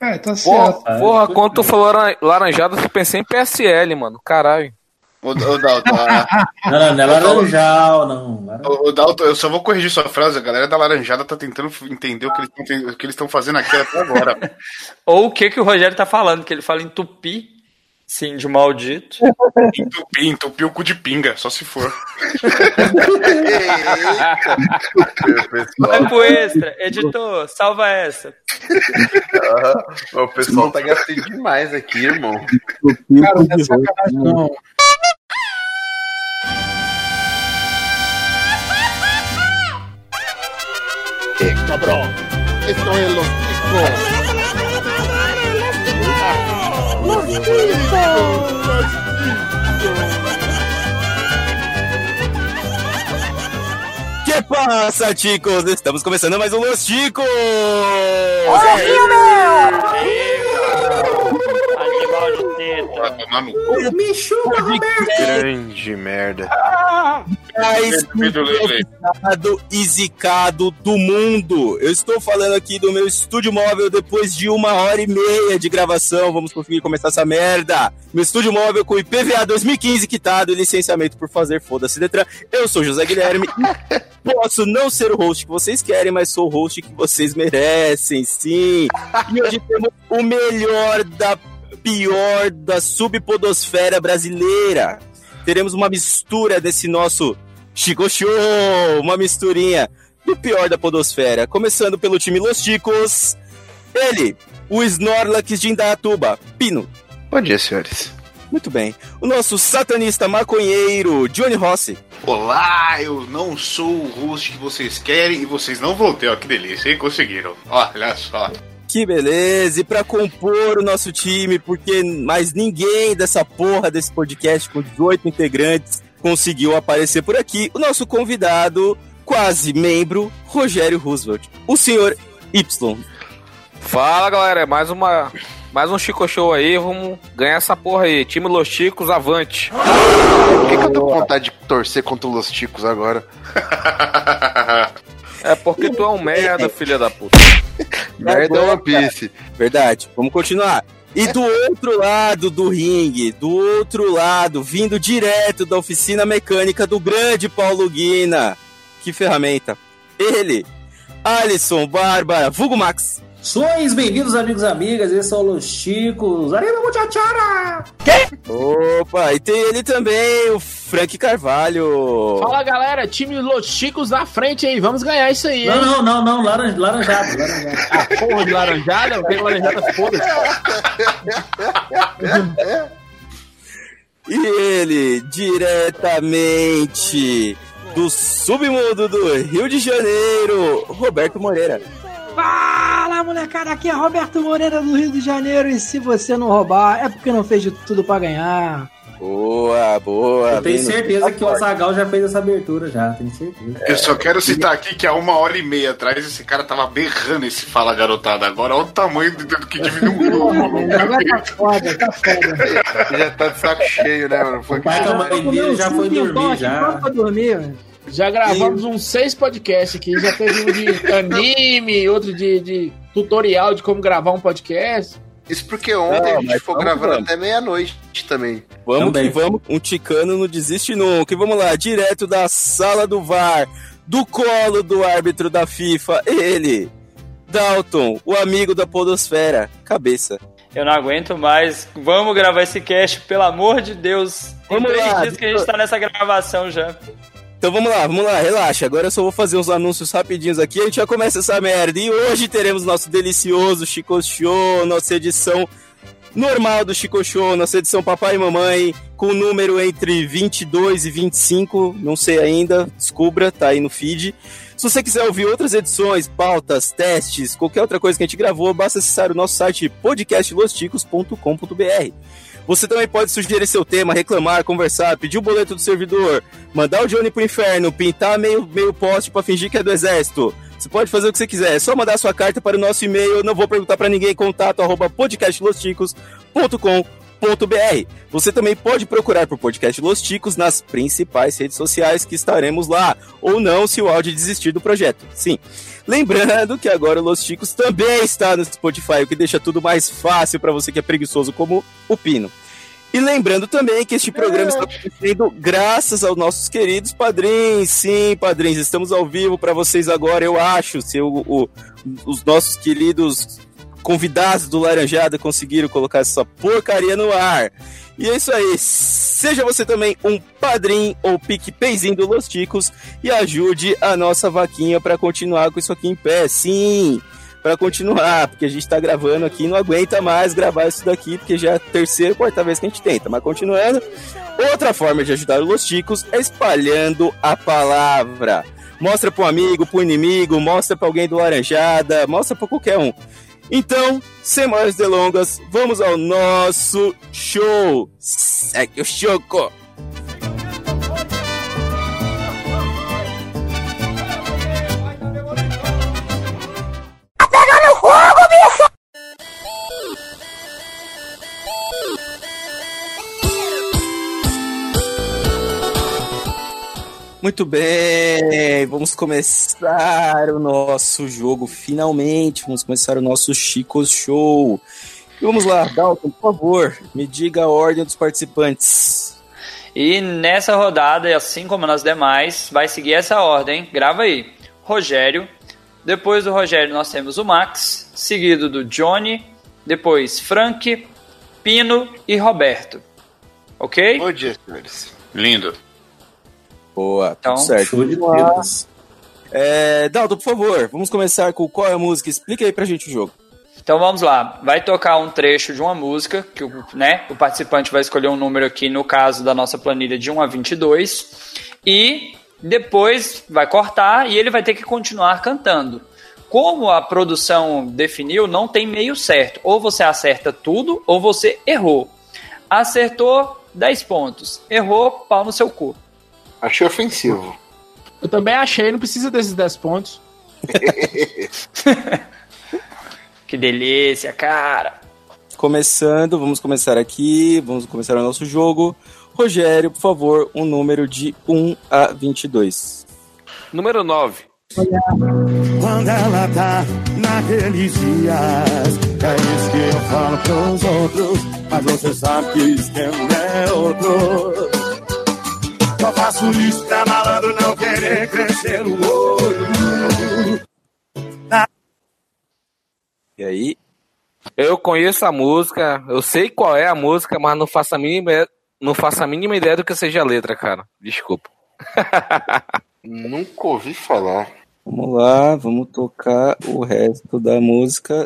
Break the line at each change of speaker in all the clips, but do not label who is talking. É, tá
Porra,
Ah,
certo.
porra, quando tu falou laran- laranjada, tu pensei em PSL, mano. Caralho.
Ô, ô, Dalton, a-
Não, não, não é laranjal, não. Laranjal.
ô, ô, Dalton, eu só vou corrigir sua frase. A galera da Laranjada tá tentando entender o que eles tão ten- o que eles estão fazendo aqui até agora.
Ou o que que o Rogério tá falando, que ele fala em tupi, síndio maldito.
Entupir, entupir o cu de pinga, só se for.
O pessoal,
Vai pro extra, editor, salva essa.
o pessoal tá gastando demais aqui, irmão.
Cara, não é sacanagem, não.
Que passa, chicos? Estamos começando mais um Los Chicos!
Animal de teta.
Vai tomar no cu.
Grande merda.
Mais
Pedro Lele.
zicado e zicado do mundo! Eu estou falando aqui do meu estúdio móvel depois de uma hora e meia de gravação. Vamos conseguir começar essa merda! Meu estúdio móvel com IPVA 2015 quitado e licenciamento por fazer foda-se Detran. Eu sou José Guilherme. e Posso não ser o host que vocês querem, mas sou o host que vocês merecem, sim. E hoje temos o melhor da pior da subpodosfera brasileira. Teremos uma mistura desse nosso Chico Show, uma misturinha do pior da podosfera. Começando pelo time Los Chicos, ele, o Snorlax de Indaiatuba, Pino.
Bom dia, senhores.
Muito bem. O nosso satanista maconheiro, Johnny Rossi.
Olá, eu não sou o host que vocês querem e vocês não vão ter. Ó, que delícia, hein? Conseguiram. Olha só.
Que beleza! E pra compor o nosso time, porque mais ninguém dessa porra desse podcast com 18 integrantes conseguiu aparecer por aqui, o nosso convidado, quase membro, Rogério Roosevelt, o senhor Y.
Fala, galera. é Mais uma. Mais um Chico Show aí, vamos ganhar essa porra aí. Time Los Chicos, avante.
Por que, que eu tô com vontade de torcer contra os Ticos agora?
É porque tu é um merda, filha da puta.
Merda é One Piece.
Verdade. Vamos continuar. E do outro lado do ringue, do outro lado, vindo direto da oficina mecânica do grande Paulo Guina. Que ferramenta. Ele, Alisson Bárbara, Vulgo Max.
Sois bem-vindos, amigos e amigas. Esse é o Los Chicos. Arriba, muchachara!
Opa, e tem ele também, o Frank Carvalho.
Fala galera, time Los Chicos na frente aí, vamos ganhar isso aí, hein?
Não, não, não, não. Laran... Laranjado, laranjado.
Ah, porra de laranjada, eu quero laranjada, foda-se.
E ele, diretamente do submundo do Rio de Janeiro, Roberto Moreira.
Fala molecada, aqui é Roberto Moreira do Rio de Janeiro. E se você não roubar, é porque não fez de tudo pra ganhar.
Boa, boa.
Eu tenho
bem no-
certeza que o Azagal já fez essa abertura já. Tenho certeza.
Eu só quero
É.
citar aqui que há uma hora e meia atrás esse cara tava berrando esse fala garotada. Agora olha o tamanho do, do que diminuiu o volume.
Agora tá foda, tá foda.
Já tá de saco cheio, né, mano? Foi
O pai da mãe
um
dele já foi dormir já.
Pronto pra dormir.
Já gravamos uns seis podcasts aqui, já teve um de anime, outro de, de tutorial de como gravar um podcast.
Isso porque ontem
Não,
a gente
mas
ficou
vamos,
gravando
vamos.
até meia-noite também.
Vamos
Também.
que vamos. Um ticano não desiste nunca. E vamos lá, direto da sala do VAR, do colo do árbitro da FIFA, ele, Dalton, o amigo da podosfera, cabeça.
Eu não aguento mais. Vamos gravar esse cast, pelo amor de Deus. Tem
Vamos
três
lá,
dias que a gente tá nessa gravação já.
Então vamos lá, vamos lá, relaxa. Agora eu só vou fazer uns anúncios rapidinhos aqui, a gente já começa essa merda. E hoje teremos nosso delicioso Chico Show, nossa edição normal do Chico Show, nossa edição Papai e Mamãe, com o número entre 22 e 25, não sei ainda, descubra, tá aí no feed. Se você quiser ouvir outras edições, pautas, testes, qualquer outra coisa que a gente gravou, basta acessar o nosso site podcastlosticos.com.br. Você também pode sugerir seu tema, reclamar, conversar, pedir o boleto do servidor, mandar o Johnny pro inferno, pintar meio, meio poste pra fingir que é do exército. Você pode fazer o que você quiser, é só mandar sua carta para o nosso e-mail, eu não vou perguntar pra ninguém, contato arroba podcastlosticos.com.br www.losticos.com.br. Você também pode procurar por podcast Los Ticos nas principais redes sociais que estaremos lá, ou não, se o áudio desistir do projeto. Sim. Lembrando que agora o Los Ticos também está no Spotify, o que deixa tudo mais fácil para você que é preguiçoso como o Pino. E lembrando também que este programa está acontecendo graças aos nossos queridos padrinhos. Sim, padrinhos, estamos ao vivo para vocês agora, eu acho. Se o- o- os nossos queridos convidados do Laranjada conseguiram colocar essa porcaria no ar. E é isso aí. Seja você também um padrinho ou pique-peizinho do Los Ticos e ajude a nossa vaquinha para continuar com isso aqui em pé. Sim, para continuar, porque a gente tá gravando aqui, não aguenta mais gravar isso daqui, porque já é a terceira, quarta vez que a gente tenta. Mas continuando, outra forma de ajudar os Los Ticos é espalhando a palavra. Mostra para um amigo, para um inimigo, mostra para alguém do Laranjada, mostra para qualquer um. Então, sem maiores delongas, vamos ao nosso show. Segue o choco. Muito bem, vamos começar o nosso jogo finalmente. Vamos começar o nosso Chico Show. E vamos lá, Dalton, por favor, me diga a ordem dos participantes.
E nessa rodada, e assim como nas demais, vai seguir essa ordem. Grava aí. Rogério. Depois do Rogério, nós temos o Max, seguido do Johnny, depois Frank, Pino e Roberto. Ok?
Bom dia, senhores. Lindo.
Boa,
Então,
tudo certo.
Show de bola.
É, Dalton, por favor, vamos começar com qual é a música? Explica aí pra gente o jogo.
Então vamos lá, vai tocar um trecho de uma música, que o, né, o participante vai escolher um número aqui, no caso da nossa planilha, de 1 a 22, e depois vai cortar e ele vai ter que continuar cantando. Como a produção definiu, não tem meio certo. Ou você acerta tudo, ou você errou. Acertou, 10 pontos. Errou, pau no seu cu.
Achei ofensivo.
Eu também achei, não precisa desses 10 pontos.
Que delícia, cara.
Começando, vamos começar aqui, vamos começar o nosso jogo. Rogério, por favor, um número de 1 a 22.
Número 9.
Quando ela tá naqueles dias, é isso que eu falo pros outros, mas você sabe que o esquema é outro. Só faço isso pra malandro não querer crescer o olho.
E aí?
Eu conheço a música, eu sei qual é a música, mas não faço a mínima, não faço a mínima ideia do que seja a letra, cara. Desculpa.
Nunca ouvi falar.
Vamos lá, vamos tocar o resto da música.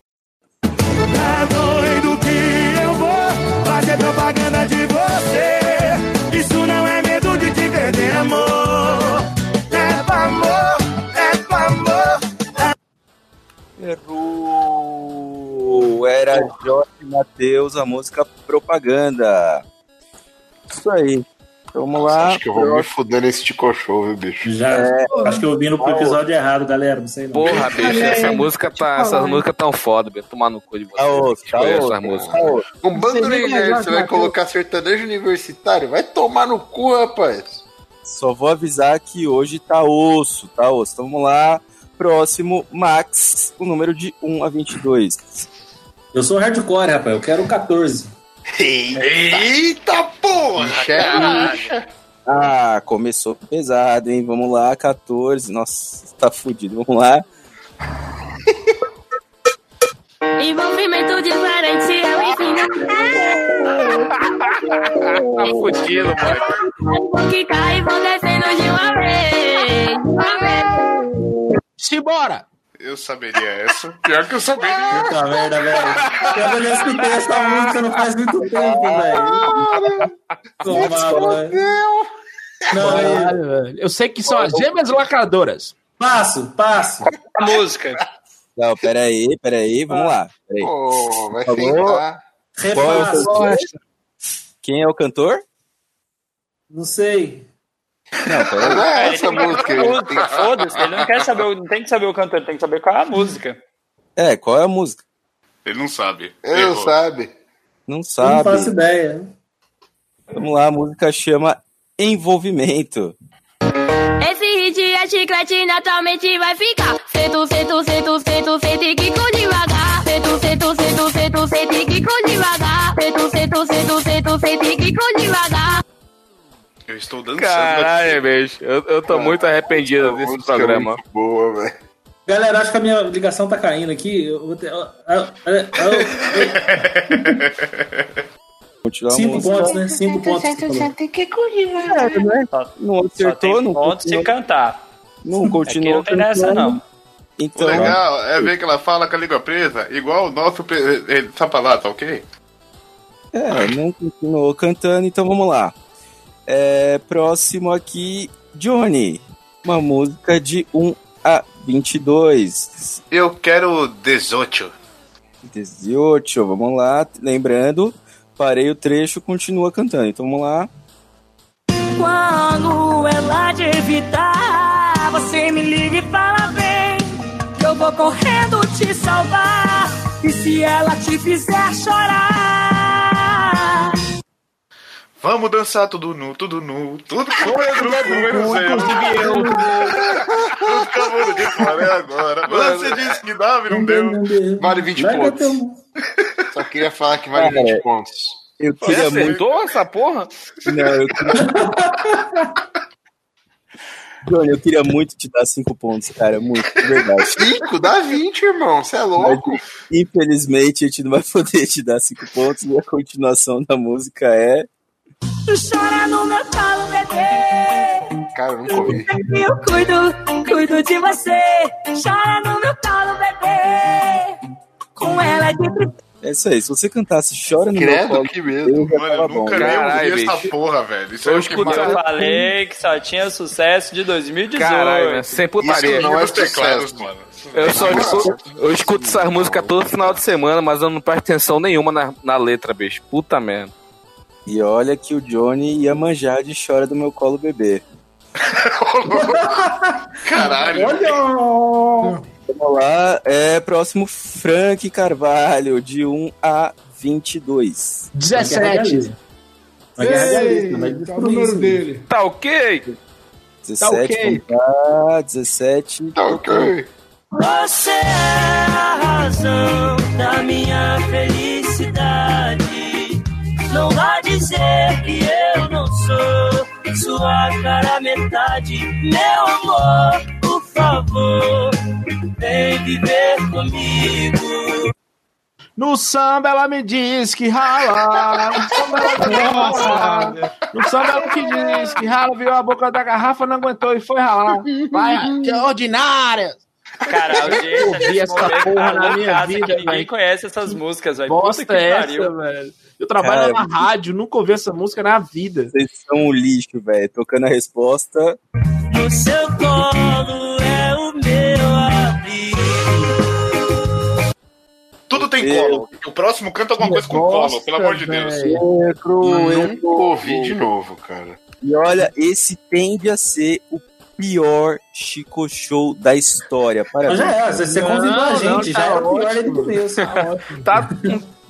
Tá doido que eu vou fazer propaganda de você. Isso não é medo de te perder, amor. É pra amor, é pra amor.
Errou! Era Jorge Matheus, a música Propaganda. Isso aí. Então, Vamos lá.
Acho que eu vou me fuder nesse tico show, viu, bicho?
Já, acho que eu vim no episódio errado, galera. Não sei não.
Porra, bicho,
Olha aí,
essa música tá,
falar,
essas
hein?
músicas tão foda, bicho. Tomar no cu de
Tá
vocês.
outro,
que
tá
escolheram
outro,
essas músicas.
tá outro.
Um
Você
bando
nem vai
de gente,
jogar,
você vai
viu?
colocar sertanejo universitário? Vai tomar no cu, rapaz.
Só vou avisar que hoje tá osso, tá osso. Então vamos lá. Próximo, Max, o número de 1 a 22.
Eu sou hardcore, rapaz. Eu quero 14.
Eita porra! Caralho.
Ah, começou pesado, hein? Vamos lá, 14. Nossa, tá fudido. Vamos lá.
Em movimento diferente, eu ensino
Tá fudido, mano.
o que tá cai e vou descendo de uma vez. Uma vez.
Simbora!
Eu saberia essa. Pior que eu saberia.
Puta merda, velho. Eu já escutei essa música não faz muito tempo, velho. Tomava, velho. Não, aí.
Caralho, velho. Eu sei que são as gêmeas lacradoras.
Passo, passo.
A música.
Não, peraí, peraí. Vamos lá. Peraí.
Pô, vai
Falou.
feitar.
Repasso.
Quem é o cantor?
Não sei.
Não, peraí.
Não é
Ele
essa
tem que
música
saber a música,
aí.
Foda-se, ele não quer saber, o- não tem que saber o cantor, ele tem que saber qual é a música.
É, qual é a música?
Ele não sabe.
Ele não
Errou.
sabe.
Não sabe.
Não faço ideia.
Vamos lá, a música chama Envolvimento.
Esse hit é chiclete naturalmente vai ficar. Sento, sento, sento, sento, sento e que com devagar. Sento, sento, sento, sento, sento e que com devagar. Sento, sento, sento, sento, sento e que com devagar.
Eu estou dançando.
Caralho, bicho. Eu, eu tô muito arrependido desse programa.
boa, velho.
Galera, acho que a minha ligação tá caindo aqui. Eu vou ter- eu- eu- eu- eu- Cinco pontos, né? Cinco pontos. que você falou.
tá que corrida.
Não
acertou, não. Ponto se cantar.
Não
Aqui É não tem dessa, não.
O
Então,
legal é ver que ela fala com a língua presa, igual o nosso pre... lá, tá ok?
É, não continuou cantando, então vamos lá. É, próximo aqui, Johnny. Uma música de 1 a 22.
Eu quero 18.
18, vamos lá. Lembrando, parei o trecho, continua cantando. Então vamos lá.
Quando ela te evitar, Ah, você me liga e fala bem. que Eu vou correndo te salvar. E se ela te fizer chorar,
Vamos dançar tudo nu, tudo nu, tudo com eu, tudo com eu,
inclusive eu.
Tudo acabando de fora agora. Mano, Você disse que dava e não deu. Vale 20
Vai
pontos.
um
Só queria falar que vale
Cara,
20 pontos.
Eu
Você
queria muito.
acertou essa porra?
Não, eu queria... Johnny, eu queria muito te dar cinco pontos, cara. Muito, de verdade.
5? Dá 20, irmão. Você é louco.
Mas, infelizmente, a gente não vai poder te dar cinco pontos. E a continuação da música é.
tu chora no meu colo, bebê.
Cara, eu nunca ouvi.
Eu cuido, cuido de você. Chora no meu colo, bebê. Com ela de
É isso aí. Se você cantasse Chora no meu
Credo,
colo,
que medo.
eu já tava bom.
nunca nem ouvi
Caralho,
essa
bicho.
porra, velho. Isso
Eu
é o que
escuto, eu
mais...
falei que só tinha sucesso de 2018.
Caralho, né? sem putaria.
Isso
Não é os
sucesso.
teclados, mano.
Eu só escuto, eu escuto essas músicas todo final de semana, mas eu não presto atenção nenhuma na, na letra, bicho. Puta merda.
E olha que o Johnny ia manjar de Chora do meu colo, bebê.
Caralho.
Olha!
Vamos lá. É próximo Frank Carvalho, de 1 a 22.
17.
Mas é
Ei,
realista, mas
tá o número
isso.
dele.
Tá ok?
17.
Tá ok.
vamos lá, 17. Tá ok.
Você é a razão da minha felicidade. Não vá dizer que eu não sou sua cara metade. Meu amor, por favor, vem viver comigo.
No samba ela me diz que rala. No samba ela me diz que rala. No samba ela que diz que rala, viu a boca da garrafa, não aguentou e foi ralar. Vai,
é
que ordinária.
Cara, a
Eu
audiência
ouvi
nesse
essa
momento
porra
tá
na minha
loucaça,
vida,
que ninguém
velho.
conhece essas músicas, velho. Puta que
Bosta é essa,
pariu.
velho. Eu trabalho na
Cara,
rádio, nunca ouvi essa música na vida.
Vocês são um lixo, velho. Tocando a resposta.
No seu colo é o meu abrigo.
Tudo tem colo. O próximo canta alguma coisa com colo, pelo amor de Deus.
Nunca
ouvi de novo, cara.
E olha, esse tende a ser o pior Chico Show da história. Parabéns.
já é, você- você convidou a gente, já era pior do começo.
Tá,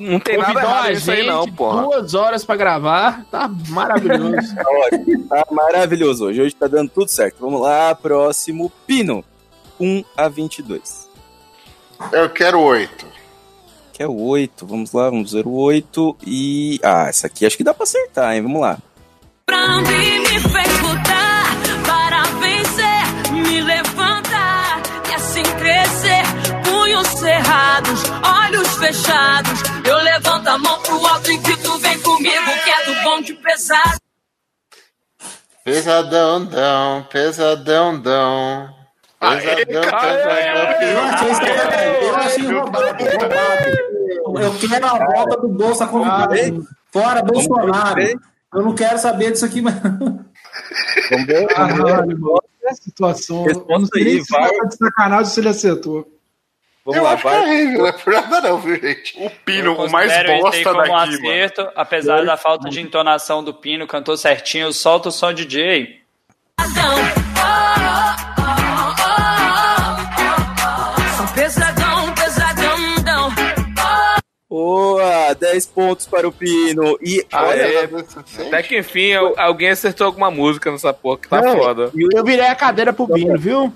não tem nada
Convidou
errado
a
nisso aí, não,
gente
porra.
Duas horas pra gravar, tá maravilhoso.
Tá ótimo, tá maravilhoso hoje. Hoje tá dando tudo certo. Vamos lá, próximo Pino. 1 a 22.
Eu quero 8.
Que é o 8. Vamos lá, vamos ver o 8. E. Ah, essa aqui acho que dá pra acertar, hein? Vamos lá.
Brando e me fez lutar para vencer, me levantar e assim crescer. Punhos cerrados, olhos fechados. Eu levanto a mão pro alto e grito: vem comigo, que é do bom de pesado.
Pesadão, dão, pesadão, dão. Pesadão,
Eu achei isso aí, eu achei roubado. roubado. Eu quero a volta do Bolsa Convidado. Fora Bolsonaro. Eu não quero saber disso aqui, mas.
Vamos ver.
situação.
Resposta
Eu não sei
aí,
nem se
vai.
tá de sacanagem se ele acertou.
Vamos
eu
lá,
acho
vai.
horrível, não é por nada não, viu, gente?
O Pino,
Eu considero isso aí como um acerto, apesar da falta de entonação do Pino, cantou certinho, solta o som DJ.
Oh, oh, Sou pesadão, pesadão, dão.
Boa! 10 pontos para o Pino. E
Aê, até que enfim, al- alguém acertou alguma música nessa porra que tá
Não,
foda.
Eu virei a cadeira pro Bino, viu?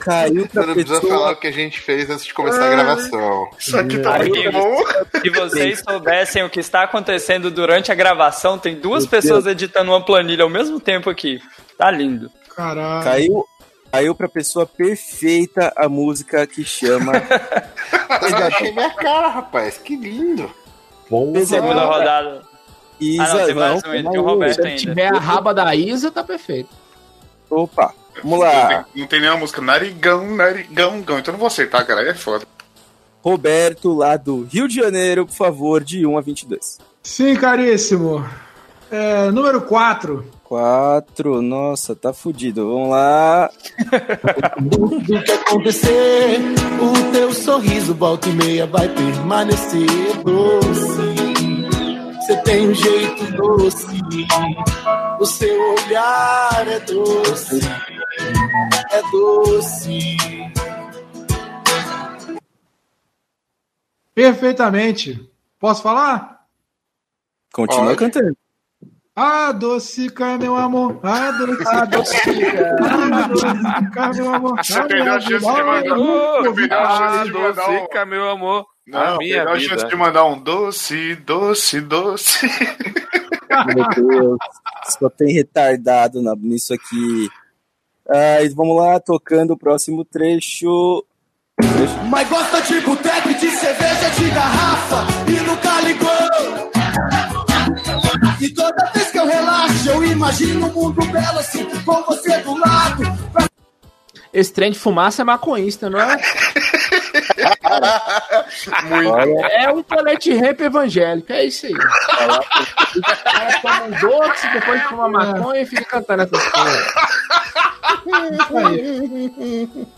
Caiu
Você não precisa falar o que a gente fez antes de começar a gravação.
Isso aqui tá
Aí,
muito bom.
Se vocês soubessem o que está acontecendo durante a gravação, tem duas pessoas editando uma planilha ao mesmo tempo aqui. Tá lindo.
Caralho.
Caiu, caiu pra pessoa perfeita a música que chama.
Eu achei minha cara, rapaz. Que lindo.
Segunda rodada.
Isa,
Ah, não, tem mais
não,
um, ele tem o
não,
Roberto
se
ainda.
tiver a raba da Isa, tá perfeito.
Opa, vamos lá.
Não tem, não tem nenhuma música. Narigão, narigão, gão. Então eu não vou aceitar, cara. Aí é foda.
Roberto, lá do Rio de Janeiro, por favor, de 1 a 22.
Sim, caríssimo. É, número 4.
4, nossa, tá fudido. Vamos lá.
Tudo que acontecer, o teu sorriso volta e meia vai permanecer doce. Você tem um jeito doce, o seu olhar é doce, é doce.
Perfeitamente. Posso falar?
Continua cantando.
Adocica, meu amor. Adocica.
Adocica.
Adocica, meu amor.
Ah, Você perdeu a chance de mandar um. Você perdeu a chance de mandar um.
Adocica, meu amor.
Não,
a minha
perdeu a
vida.
chance de mandar um doce, doce, doce.
Meu Deus, só tem retardado na- nisso aqui. Ah, e vamos lá, tocando o próximo trecho.
Mas gosta de boteco, de cerveja, de garrafa e nunca ligou. E toda vez que eu relaxo, eu imagino um mundo belo assim, com você do lado.
Esse trem de fumaça é maconhista, não é?
Muito.
É um colete rap evangélico, é isso aí. O cara toma um doce, depois fuma maconha e fica cantando essas coisas.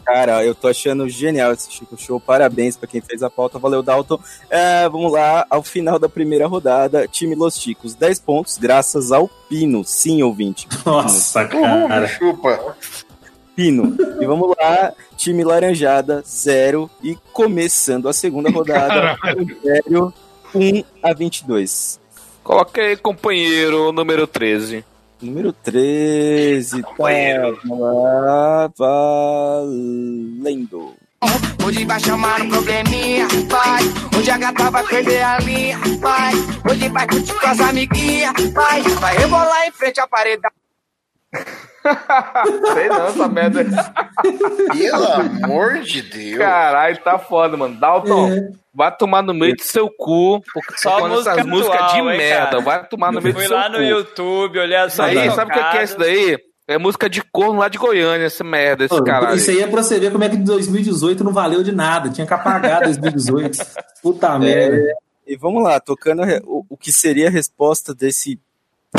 Cara, eu tô achando genial esse Chico Show. Parabéns pra quem fez a pauta. Valeu, Dalton. É, vamos lá, ao final da primeira rodada, time Los Chicos, 10 pontos, graças ao Pino. Sim, ouvinte.
Nossa,
Pino.
cara.
Chupa.
Pino. E vamos lá, time Laranjada, 0. E começando a segunda rodada, 0, 1 a 22.
Coloquei companheiro número 13.
Número 13, tá, vamos lá, valendo.
Hoje vai chamar um probleminha, pai. Hoje a gata vai perder a linha, pai. Hoje vai curtir com as amiguinhas, pai. Vai rebolar em frente à parede.
Sei não, essa merda.
Pelo amor de Deus.
Caralho, tá foda, mano. Dalton,
É.
vai tomar no meio do seu cu. Porque
Só
só essas
música
músicas de
atual, hein,
merda.
cara?
Vai tomar no meio do
Fui
seu
lá
cu.
no YouTube, olhei as
Isso aí,
tocadas.
sabe o que que é isso daí? É música de corno lá de Goiânia, essa merda, esse caralho.
Isso aí é pra você ver como é que 2018 não valeu de nada. Tinha que apagar 2018. Puta merda.
É, e vamos lá, tocando a re- o, o que seria a resposta desse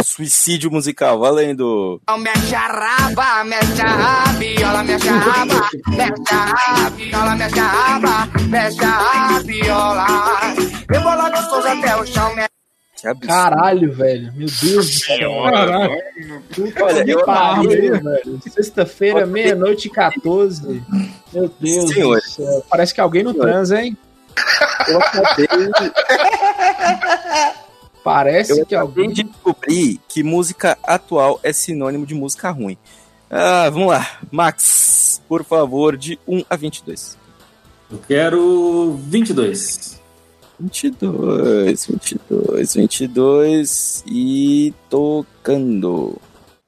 suicídio musical. Valendo!
Mexe a raba, mexe a rabiola, mexe a raba, mexe a rabiola, mexe a raba, mexe a rabiola. Rebola gostoso até o chão, mexe.
Caralho, velho. Meu Deus do céu.
Caralho.
Puta
Olha,
que
eu
pariu,
amei.
velho. Sexta-feira, meia-noite e 14. Meu Deus
Senhor.
do céu. Parece que é alguém não
Senhor.
transa, hein?
Eu acabei,
Parece
eu
que é
acabei
alguém.
de descobrir que música atual é sinônimo de música ruim. Ah, vamos lá, Max, por favor, de 1 a 22.
Eu quero 22.
22, 22, 22 e tocando.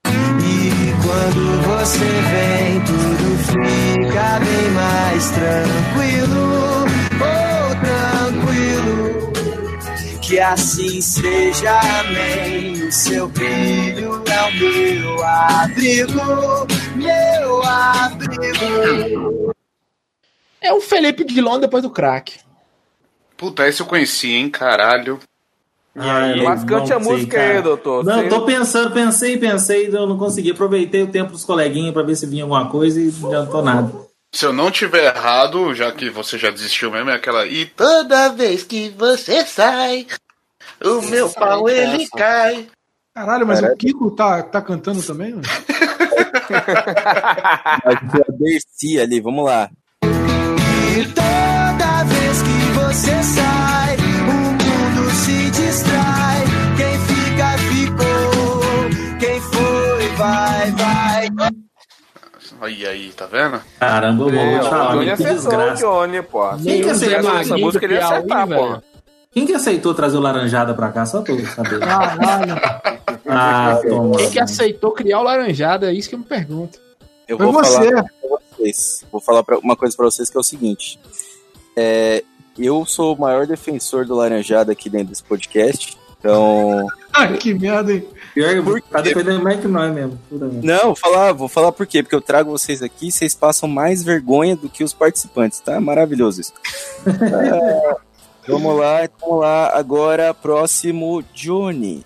E quando você vem, tudo fica bem mais tranquilo. Oh, tranquilo. Que assim seja, amém. O seu brilho é o meu abrigo, meu abrigo.
É o Felipe Dilon depois do crack.
Puta, esse eu conheci, hein, caralho.
Ai,
Mas
não
cante a
sei,
é música
cara.
aí, doutor.
Não,
Sei-
tô pensando, pensei, pensei, eu não consegui. Aproveitei o tempo dos coleguinhas pra ver se vinha alguma coisa e não adiantou nada.
Se eu não tiver errado, já que você já desistiu mesmo, é aquela. E
Toda vez que você sai, o meu pau
é
ele cai.
Caralho, mas
Caralho.
o Kiko tá, tá cantando também? né?
é A Dercy ali, vamos lá.
Toda vez
Olha aí, tá vendo?
Caramba,
o
vou te falar,
Johnny
que
acertou o
desgraça.
Johnny, pô.
Quem que
Se tivesse
aceitou
essa música, ele ia acertar, pô.
Quem que aceitou trazer o Laranjada pra cá? Só pra eu saber.
Caralho.
Ah, toma.
Quem que aceitou criar o laranjada? É isso que eu me pergunto.
Eu
Foi
vou
você.
falar pra vocês. Vou falar pra- uma coisa pra vocês que é o seguinte. É, eu sou o maior defensor do Laranjada aqui dentro desse podcast. Então.
Ah, que merda, hein?
Pior que tá dependendo mais que nós mesmo. Puta merda.
Não, vou falar, vou falar por quê. Porque eu trago vocês aqui, vocês passam mais vergonha do que os participantes, tá? Maravilhoso isso. Ah, vamos lá, então, vamos lá. Agora, próximo, Johnny.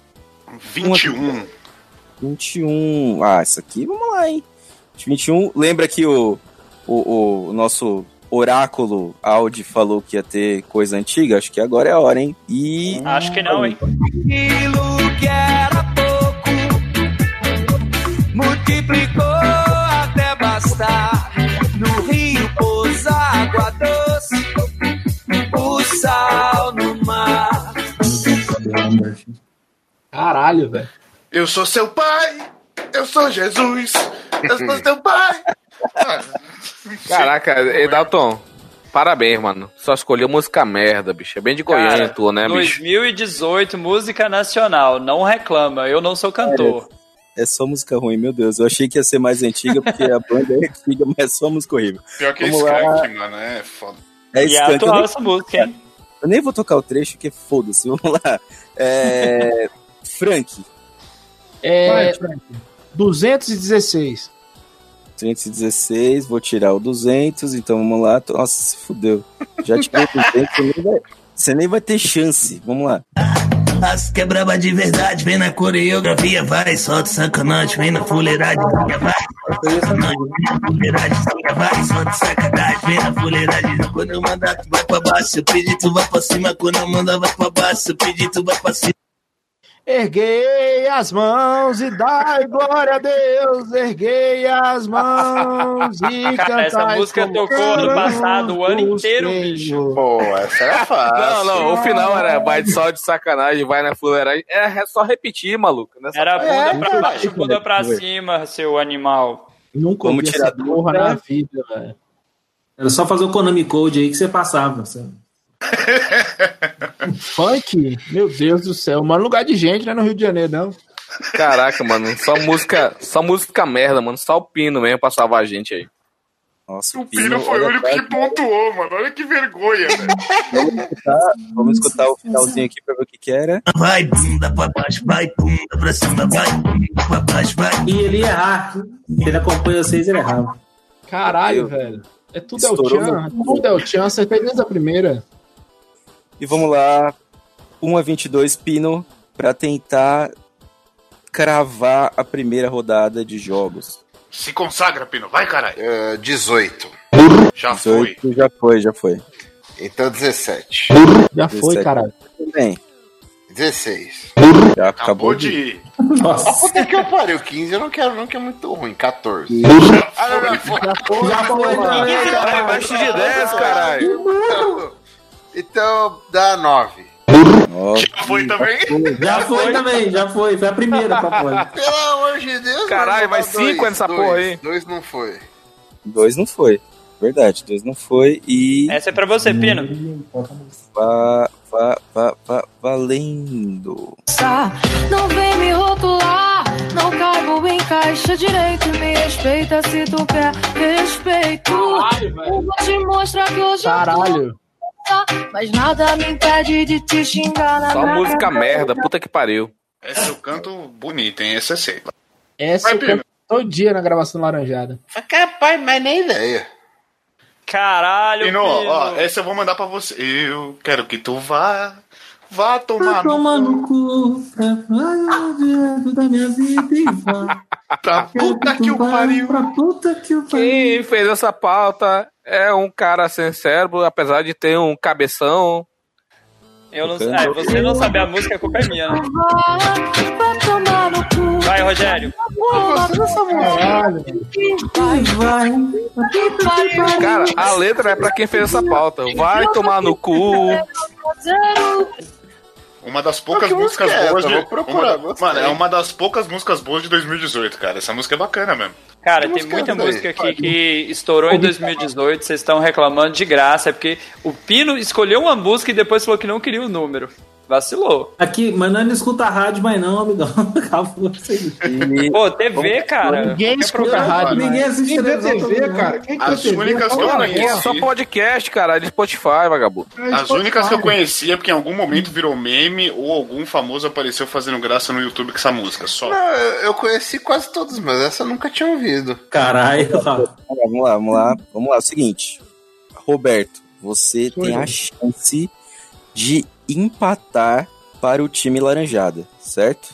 21.
21. Ah, isso aqui, vamos lá, hein? 21. Lembra que o, o, o nosso oráculo Audi falou que ia ter coisa antiga? Acho que agora é a hora, hein? E.
Acho que não, hein?
Aquilo que era pouco multiplicou até bastar. No rio pôs água doce, o sal no mar.
Caralho, velho.
Eu sou seu pai, eu sou Jesus, eu sou seu pai.
Caraca, e Dalton, parabéns, mano. Só escolheu música merda, bicho. É bem de Goiânia
Cara,
tua, né, bicho?
2018, música nacional. Não reclama, eu não sou cantor.
É só música ruim, meu Deus. Eu achei que ia ser mais antiga, porque a banda é antiga, mas é só música horrível.
Pior que é
Vamos lá.
Skank, mano, é foda.
É
E é
skunk,
atual
eu nem-
essa música, hein?
Eu nem vou tocar o trecho, que foda-se. Vamos lá. É... Frank,
É,
Vai, Frank. 216.
216, vou tirar o 200, então vamos lá. Nossa, se fudeu. Já tirei o 200, você nem vai, você nem vai ter chance. Vamos lá.
As que é braba de verdade, vem na coreografia, vai, solta o sacanagem, vem na fuleiragem, saca, vai, solta o sacanagem, vem na fuleiragem, saca, vai, solta o sacanagem, vem na fuleiragem. Quando eu mandar, tu vai pra baixo, se eu pedir, tu vai pra cima, quando eu mandar, vai pra baixo, se eu pedir, tu vai pra cima.
Erguei as mãos e dai glória a Deus. Erguei as mãos e
Cara,
cantai.
essa música
como
tocou ano
cantam
passado, o ano
os
inteiro,
reis.
bicho.
Pô, essa era
Não,
fácil.
não, o final era vai só de sacanagem, vai na fuleiragem. É, é só repetir, maluco. né? nessa
Era
parte.
bunda pra baixo, bunda pra cima, seu animal.
Nunca
Vamos
ouvi
tirar
essa porra na vida, velho.
Era só fazer o Konami Code aí que você passava. Você...
Funk? Meu Deus do céu. Mano, lugar de gente, não é no Rio de Janeiro, não.
Caraca, mano, só música, só música merda, mano. Só o Pino mesmo pra salvar a gente aí.
Nossa,
o
Pino foi o único que pontuou, mano. Olha que vergonha, velho.
Vamos escutar, vamos escutar o finalzinho aqui pra ver o que, que era.
Vai, bunda pra baixo, vai, bunda pra cima, vai, bunda pra baixo, vai.
E ele ia errar. Ele acompanha vocês, ele errava.
Caralho, velho. É tudo El
Estourou
Chan. Tudo El Chan. Acertei desde a primeira.
E vamos lá. 1 a 22 Pino pra tentar cravar a primeira rodada de jogos.
Se consagra, Pino. Vai, caralho.
É, 18.
Já
foi. Já foi, já foi.
Então 17.
Já foi, caralho.
Tudo bem.
16.
Já acabou
de
de.
ir. Ah, Puta que eu pariu. 15 eu não quero, não, que é muito ruim. 14. Ah, não, não, foi.
Já
foi,
não. Abaixo de 10, caralho.
Então- Então dá 9.
Já foi também?
Já foi também, já foi. Foi a primeira, papai.
Pelo amor de Deus.
Caralho, vai cinco nessa porra aí.
2 não foi.
Dois não foi. Verdade, dois não foi. E.
Essa é pra você,
Hum.
Pino.
Vá, vá, vá, vá, valendo.
Não vem me rotular, não caibo em caixa direito. Me respeita se tu quer respeito. Eu vou te mostrar que hoje eu
Caralho.
tô louca, mas nada me impede de te xingar né? na
Só
minha
música
cara.
merda, puta que pariu.
Esse eu canto bonito, hein? Esse é eu sei.
Essa
Vai,
eu
Pino.
canto É, todo dia na gravação do Laranjada.
Capaz, mas nem ideia.
Caralho,
Pino, ó, essa eu vou mandar pra você. Eu quero que tu vá. Vá tomar
Vai
no
tomar no cu, um pra falar direto da minha vida e vá.
Pra Tá puta que o pariu.
Pra puta que o pariu.
Quem fez essa pauta é um cara sem cérebro, apesar de ter um cabeção.
Eu não sei. Ah, você não saber a música, a culpa é minha, né? Vai, Rogério.
Vai, vai.
Cara, a letra é pra quem fez essa pauta. Vai tomar no cu.
Uma das poucas
Mas que
músicas
música é
boas
essa?
de.
Vou
uma da-
procurar, gostei.
Mano, é uma das poucas músicas boas de 2018, cara. Essa música é bacana mesmo.
Cara,
Que
tem
música
muita
é essa
música
aí?
aqui que estourou em 2018, vocês estão reclamando de graça, é porque o Pino escolheu uma música e depois falou que não queria o número. Vacilou.
Aqui, mas não escuta rádio mais não, amigão. Acabou isso aí.
Pô, TV, cara.
Ninguém
Qualquer
escuta
programa,
rádio,
vai.
Ninguém assiste
Quem vê TV,
né?
cara? Quem que vê TV? Fala,
É só podcast, cara, de Spotify, vagabundo.
As únicas que eu conhecia é porque em algum momento virou meme ou algum famoso apareceu fazendo graça no YouTube com essa música. Só.
Não, eu eu conheci quase todos, mas essa eu nunca tinha ouvido.
Caralho.
Vamos lá, vamos lá. Vamos lá, é o seguinte. Roberto, você
Sou
tem
eu.
a chance de empatar para o time laranjada, certo?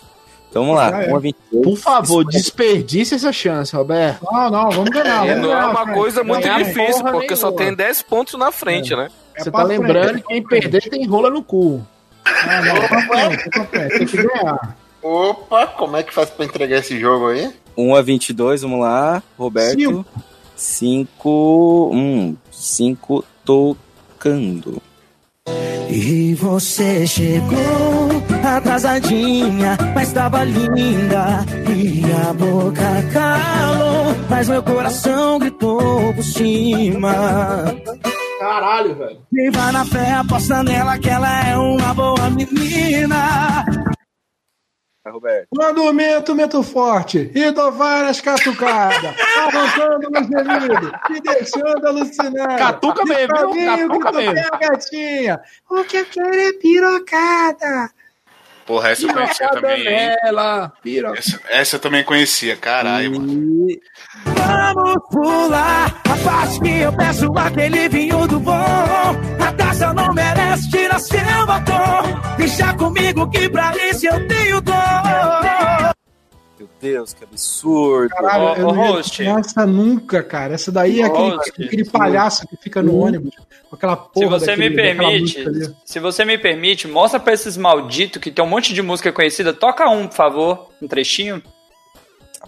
Então vamos lá,
Ah, é.
1 a 28.
Por
favor,
desperdice essa chance, Roberto. Não, não, vamos ganhar.
É,
vamos
não é
ganhar,
uma
cara.
coisa muito
Ganhar
difícil,
porra
porque só
nenhuma. É
tem 10 pontos na frente, né?
Você
Tá lembrando que quem perder tem rola no cu.
é
Opa, como é que faz pra entregar esse jogo aí?
1 a 22, vamos lá, Roberto. 5. 1. 5 tocando.
E você chegou atrasadinha, mas tava linda. E a boca calou, mas meu coração gritou por cima.
Caralho, velho.
Quem vai na fé aposta nela que ela é uma boa menina.
Quando mento, mento forte, e dou várias catucadas, avançando no gemido, e deixando alucinado.
Catuca
De
mesmo, viu?
caminho que
Catuca
tu
mesmo.
pega, gatinha.
O que eu quero é pirocada.
Porra, essa eu conhecia também. hein?
Ela,
Essa, essa eu também conhecia, caralho, mano.
Vamos pular a parte que eu peço aquele vinho do bom. A taça não merece, tira seu batom. Deixa comigo que pra isso eu tenho dor.
Meu Deus, que absurdo.
Caralho, eu não ia tirar essa nunca, cara. Essa daí é aquele,
Host.
aquele palhaço que fica
Hum?
no ônibus com aquela
Se
porra
você me
daquele- daquela
permite,
música ali.
se você me permite, mostra pra esses malditos que tem um monte de música conhecida. Toca um, por favor, um trechinho.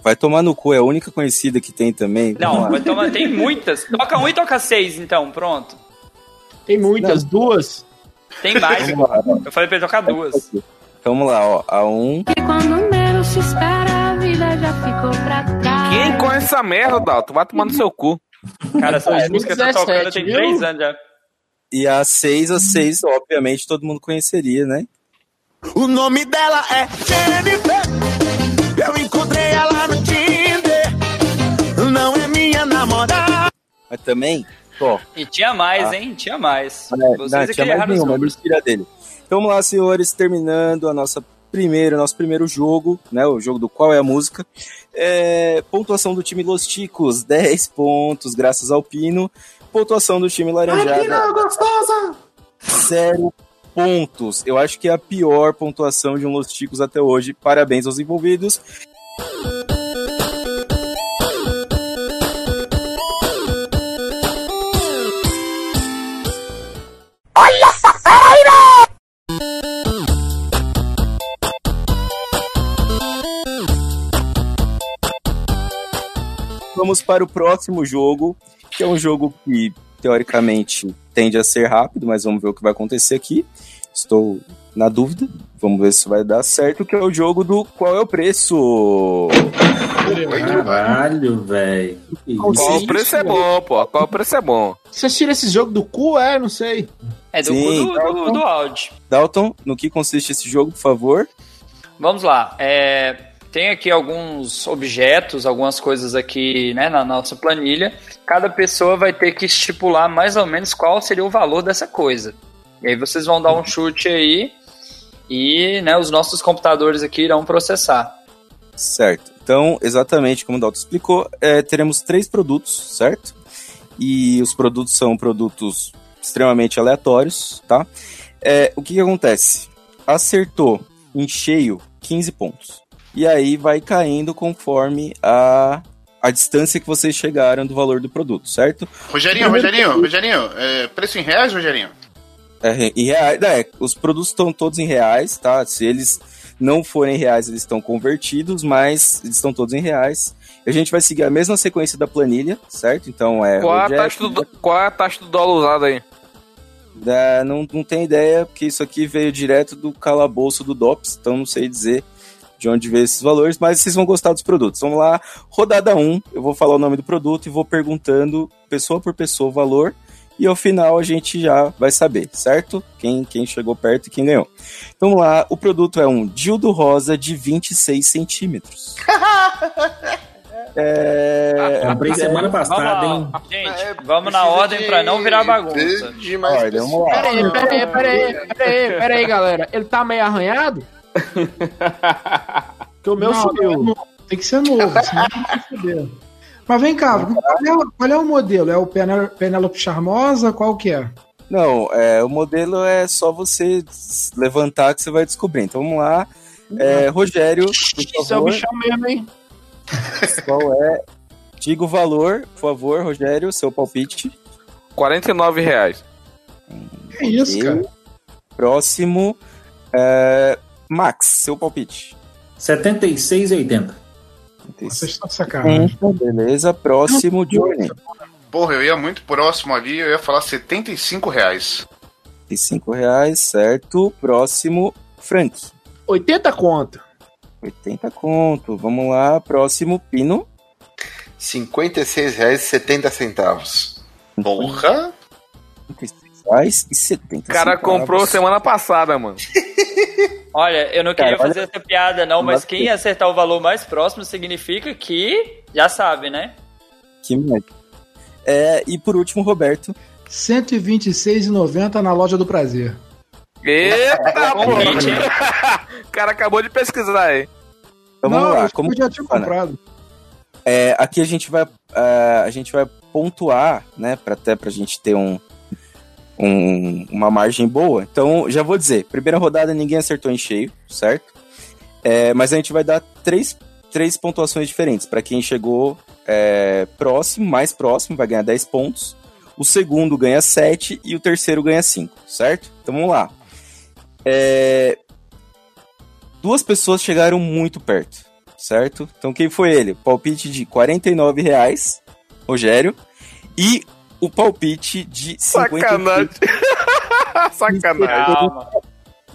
Vai tomar no cu, é a única conhecida que tem também.
Não, vai tomar- tem muitas. Toca um e toca seis, então, pronto.
Tem muitas, duas.
Tem mais.
Vamos lá.
Eu falei pra ele tocar duas.
Vamos lá, ó. A 1.
E quando menos se espera, a vida já ficou pra trás.
Quem conhece essa merda, Dalton? Vai tomar no seu cu.
Cara, essas músicas que eu tô tocando tem três anos já.
E a 6, a 6, obviamente, todo mundo conheceria, né?
O nome dela é Jennifer. Eu encontrei ela no Tinder. Não é minha namorada.
Mas também, ó.
E tinha mais,
Ah.
hein? Tinha mais.
É,
Vocês
não,
é que
tinha mais
erraram os
nenhuma,
números.
mentira dele. Então vamos lá, senhores, terminando a nossa primeira, nosso primeiro jogo, né? O jogo do qual é a música. É, pontuação do time Los Ticos, 10 pontos, graças ao Pino. Pontuação do time Laranjada,
gostosa!
0 pontos. Eu acho que é a pior pontuação de um Los Ticos até hoje. Parabéns aos envolvidos.
Olha essa fera aí, meu!
Vamos para o próximo jogo, que é um jogo que teoricamente tende a ser rápido, mas vamos ver o que vai acontecer aqui. Estou na dúvida. Vamos ver se vai dar certo, que é o jogo do qual é o preço.
Caralho, velho.
Qual o preço é bom, pô? Qual o preço é bom?
Vocês tiram esse jogo do cu, é? Não sei.
É do cu do,
então,
do, do áudio.
Dalton, no que consiste esse jogo, por favor?
Vamos lá. É, tem aqui alguns objetos, algumas coisas aqui né, na nossa planilha. Cada pessoa vai ter que estipular mais ou menos qual seria o valor dessa coisa. E aí vocês vão dar um chute aí e né, os nossos computadores aqui irão processar.
Certo. Então, exatamente como o Dalton explicou, é, teremos três produtos, certo? E os produtos são produtos extremamente aleatórios, tá? É, o que, que acontece? Acertou em cheio 15 pontos. E aí vai caindo conforme a, a distância que vocês chegaram do valor do produto, certo?
Rogerinho, Rogerinho, Rogerinho, é, preço em reais, Rogerinho?
É, re- em reais, é, os produtos estão todos em reais, tá? Se eles não forem reais, eles estão convertidos, mas eles estão todos em reais. A gente vai seguir a mesma sequência da planilha, certo? Então é.
Qual a
objeto,
taxa do, dó- qual a taxa do dólar usada aí?
da- não, não tem ideia, porque isso aqui veio direto do calabouço do DOPS, então não sei dizer de onde veio esses valores, mas vocês vão gostar dos produtos. Vamos lá, rodada 1, eu vou falar o nome do produto e vou perguntando pessoa por pessoa o valor. E ao final a gente já vai saber, certo? Quem, quem chegou perto e quem ganhou. Então, Vamos lá, o produto é um dildo rosa de 26 centímetros. É...
Comprei semana passada, hein?
Gente, vamos na ordem pra não virar bagunça.
Olha, vamos lá.
Peraí, peraí, peraí, peraí, peraí, galera. Ele tá meio arranhado?
Que o meu subiu. Tem que ser novo, senão não vai foder. Mas vem cá, qual é, o- qual é o modelo? É o Penel- Penélope Charmosa? Qual que é?
Não, é, o modelo é só você s- levantar que você vai descobrir. Então vamos lá. É, Rogério, por
Uhum. Isso é o
favor,
bichão mesmo, hein?
qual é? Diga o valor, por favor, Rogério, seu palpite.
49 reais.
É isso, cara.
Próximo, é, Max, seu palpite.
76,80.
Vocês
estão
sacanagem.
Beleza, próximo, Johnny.
Porra, eu ia muito próximo ali, eu ia falar R$ 75 reais.
R$ 5 reais, certo. Próximo, Frank.
80 conto.
80 conto. Vamos lá, próximo, Pino.
R$ 56,70.
Porra!
R$ 56,70.
O cara comprou semana passada, mano.
Olha, eu não
Cara,
queria
olha-
fazer essa piada, não, mas
Mas
quem acertar o valor mais próximo significa que já sabe, né?
Que merda. É, e por último, Roberto.
126,90 na loja do prazer.
Eita, pô! O cara acabou de pesquisar aí.
Então vamos
Não,
lá.
acho
Como
que eu já tinha
funciona?
comprado.
É, aqui a gente vai ah, a gente vai pontuar, né, para até pra gente ter um, um- uma margem boa. Então, já vou dizer, primeira rodada ninguém acertou em cheio, certo? É, mas a gente vai dar três, três pontuações diferentes para quem chegou é, próximo, mais próximo, vai ganhar 10 pontos. O segundo ganha 7 e o terceiro ganha 5, certo? Então vamos lá. É, duas pessoas chegaram muito perto, certo? Então quem foi ele? Palpite de 49 reais, Rogério, e o palpite de 50
Sacanagem. Ah, Sacanagem.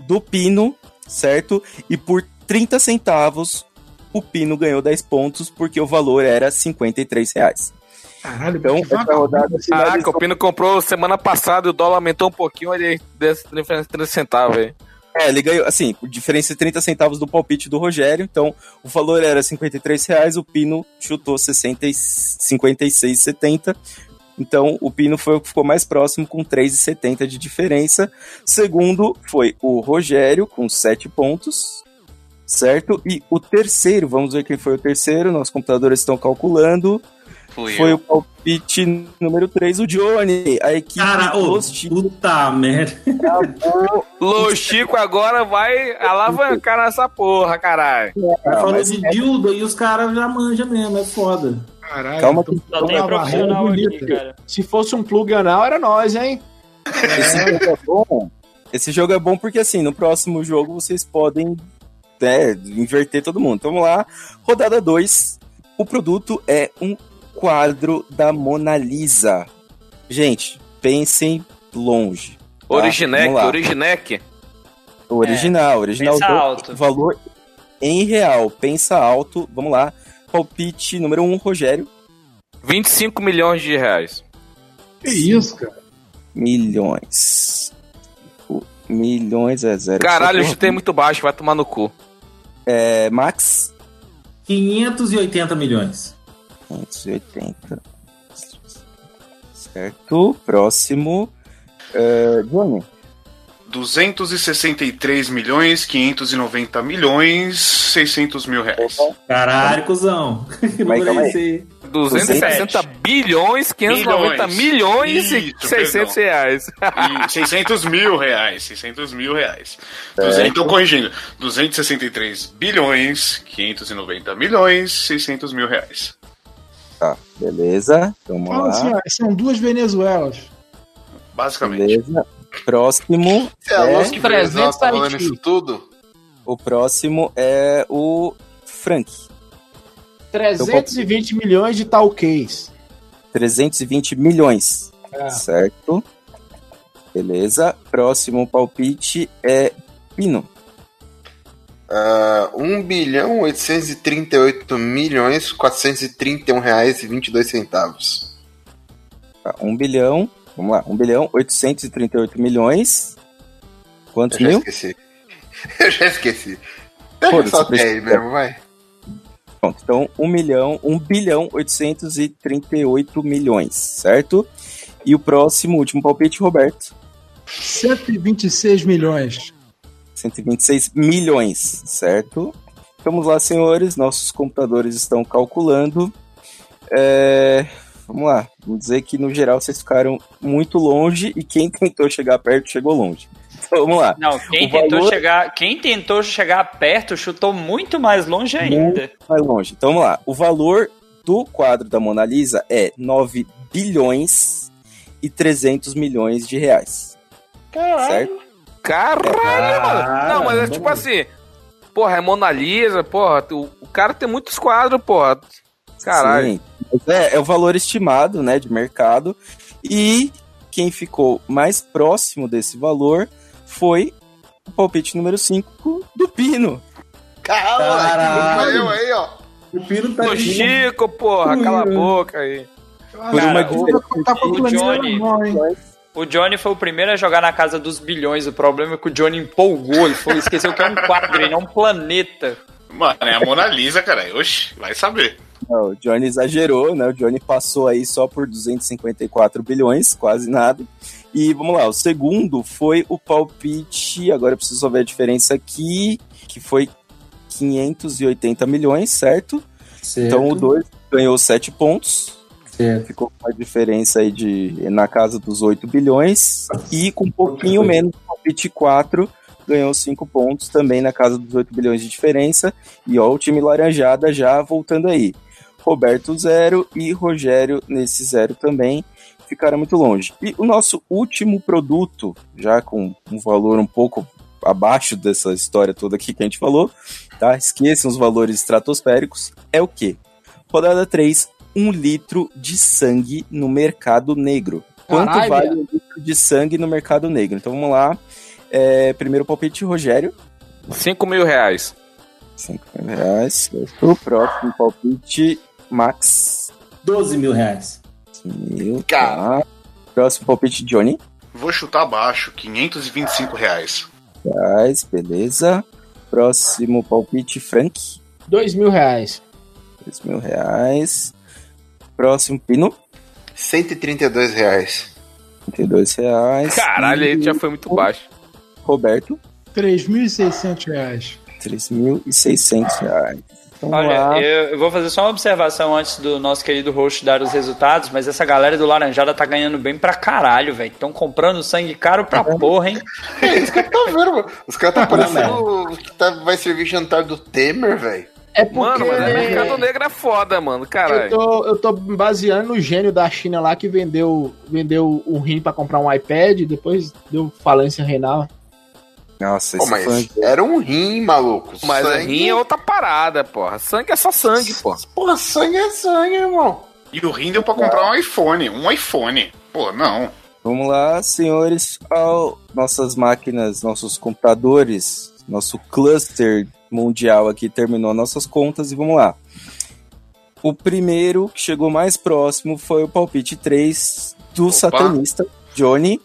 do Pino, certo? E por 30 centavos, o Pino ganhou 10 pontos, porque o valor era 53 reais.
Caralho,
então, essa rodada
Caraca, o Pino comprou semana passada e o dólar aumentou um pouquinho, ele deu essa diferença de 30 centavos aí.
É, ele ganhou, assim, por diferença de 30 centavos do palpite do Rogério, então o valor era 53 reais, o Pino chutou 60 e- 56,70. Então o Pino foi o que ficou mais próximo com 3,70 de diferença. Segundo foi o Rogério com 7 pontos, certo? E o terceiro, vamos ver quem foi o terceiro, nossos computadores estão calculando.
Fui
foi
eu.
o palpite número 3, o Johnny. A equipe
Cara, ô, puta merda.
Loxico agora vai alavancar nessa porra, caralho.
Ela falou de dildo e os caras já manjam mesmo, é foda.
Caralho,
Calma que-
Só tem profissional aqui, cara.
então, Se fosse um plug anal, era nós, hein?
né?
Esse jogo é bom. Esse jogo é bom porque assim, no próximo jogo vocês podem né, inverter todo mundo. Então, vamos lá. Rodada 2. O produto é um quadro da Mona Lisa. Gente, pensem longe. tá?
Originec,
Vamos lá.
Originec.
Original, original.
pensa
do-
alto.
Valor em real. Pensa alto. Vamos lá. Palpite número 1, um, Rogério.
25 milhões de reais.
Que isso, cara?
Milhões. O- Milhões é zero.
Caralho, eu
Porra,
chutei muito baixo, vai tomar no cu.
É, Max?
580 milhões.
580. Certo. Próximo. É, Johnny.
263 milhões, 590 milhões, 600 mil reais.
Caralho, cuzão. Que
Mas
bagulho
calma
é
aí.
esse aí?
260 bilhões, 590
Bilhões.
milhões e
Isso,
600
perdão.
reais.
E 600 mil reais, 600 mil reais.
Certo.
Então, corrigindo, 263 bilhões, 590 milhões, 600 mil reais.
Tá, beleza. Então, Vamos
Fala assim,
lá.
ó, são duas Venezuelas.
Basicamente.
Beleza. Próximo.
É, a luz
né?
que brilha, ela tá falando isso
tudo? O próximo é o Frank.
320 milhões de talquês.
320 milhões.
É.
Certo. Beleza. Próximo palpite é Pino.
É, ah, 1 bilhão 838 milhões 431 reais e 22 centavos.
1 bilhão, vamos lá, 1 bilhão 838 milhões. Quantos
Eu já
mil?
esqueci. Eu já esqueci. Pega
Foda-se,
só 10
precisa-
mesmo, vai.
Pronto, então 1 milhão, 1 bilhão 838 milhões, certo? E o próximo, último palpite, Roberto.
126 milhões.
126 milhões, certo? Vamos lá, senhores, nossos computadores estão calculando. É, Vamos lá, vamos dizer que no geral vocês ficaram muito longe e quem tentou chegar perto chegou longe. Então, vamos lá.
Não, quem
O
tentou,
valor-
chegar, quem tentou chegar perto chutou muito mais longe ainda.
Muito mais longe. Então vamos lá. O valor do quadro da Mona Lisa é 9 bilhões e 300 milhões de reais. Certo?
Caralho, mano. Não, mas é tipo assim. Porra, é Mona Lisa, porra. tu- O cara tem muitos quadros, porra.
Tá
Caralho.
Sim. Mas É, é o valor estimado, né, de mercado. E quem ficou mais próximo desse valor foi o palpite número 5 do Pino.
Caralho.
Eu aí, ó.
O Pino
tá O Chico, porra, cala a boca aí.
Por uma
o,
tá
o, Johnny,
hein?
o Johnny foi o primeiro a jogar na casa dos bilhões. O problema é que o Johnny empolgou. Ele falou, esqueceu que é um quadro, ele não é um planeta.
Mano, é a Mona Lisa, cara. Oxi, vai saber.
Não, o Johnny exagerou, né? O Johnny passou aí só por 254 bilhões, quase nada. E vamos lá, o segundo foi o palpite, agora eu preciso só ver a diferença aqui, que foi 580 milhões, certo? Então o 2 ganhou 7 pontos.
É.
Ficou com uma diferença aí de na casa dos 8 bilhões. E com um pouquinho menos, o palpite 4 ganhou 5 pontos também na casa dos 8 bilhões de diferença. E ó, o time laranjada já voltando aí. Roberto zero e Rogério nesse zero também ficaram muito longe. E o nosso último produto, já com um valor um pouco abaixo dessa história toda aqui que a gente falou, tá? Esqueçam os valores estratosféricos, é o quê? Rodada 3, um litro de sangue no mercado negro. Quanto
Caralho,
vale
viado.
um litro de sangue no mercado negro? Então vamos lá. É, primeiro palpite, Rogério.
5 mil reais.
5 mil reais. O próximo palpite, Max.
12 mil reais.
Mil, tá. Próximo palpite, Johnny.
Vou chutar baixo, 525 reais.
Reais, beleza. Próximo palpite, Frank.
2 mil reais.
2 mil reais. Próximo, Pino.
132 reais.
32 reais.
Caralho, ele já foi muito baixo.
Roberto,
3.600 reais.
3.600 reais. Então,
Olha, é- eu, eu vou fazer só uma observação antes do nosso querido host dar os resultados, mas essa galera do Laranjada tá ganhando bem pra caralho, velho. Estão comprando sangue caro pra porra, hein?
Tá vendo, mano? Os caras tá
né?
parecendo o que tá, vai servir jantar do Temer, velho.
É porque
Mano, mas o mercado negro é foda, mano.
eu,
Caralho.
tô, eu tô me baseando no gênio da China lá que vendeu, vendeu um rim pra comprar um iPad e depois deu falência renal.
Nossa,
Pô,
esse
mas
funk.
era um rim, maluco.
Mas
Sangue-
sangue... rim é outra parada, porra. Sangue é só sangue, porra.
Porra, sangue é sangue, irmão.
E o rim deu pra comprar um iPhone. Um iPhone. Pô, não.
Vamos lá, senhores. Ao- nossas máquinas, nossos computadores, nosso cluster mundial aqui terminou nossas contas e vamos lá. O primeiro que chegou mais próximo foi o palpite 3 do satanista Johnny.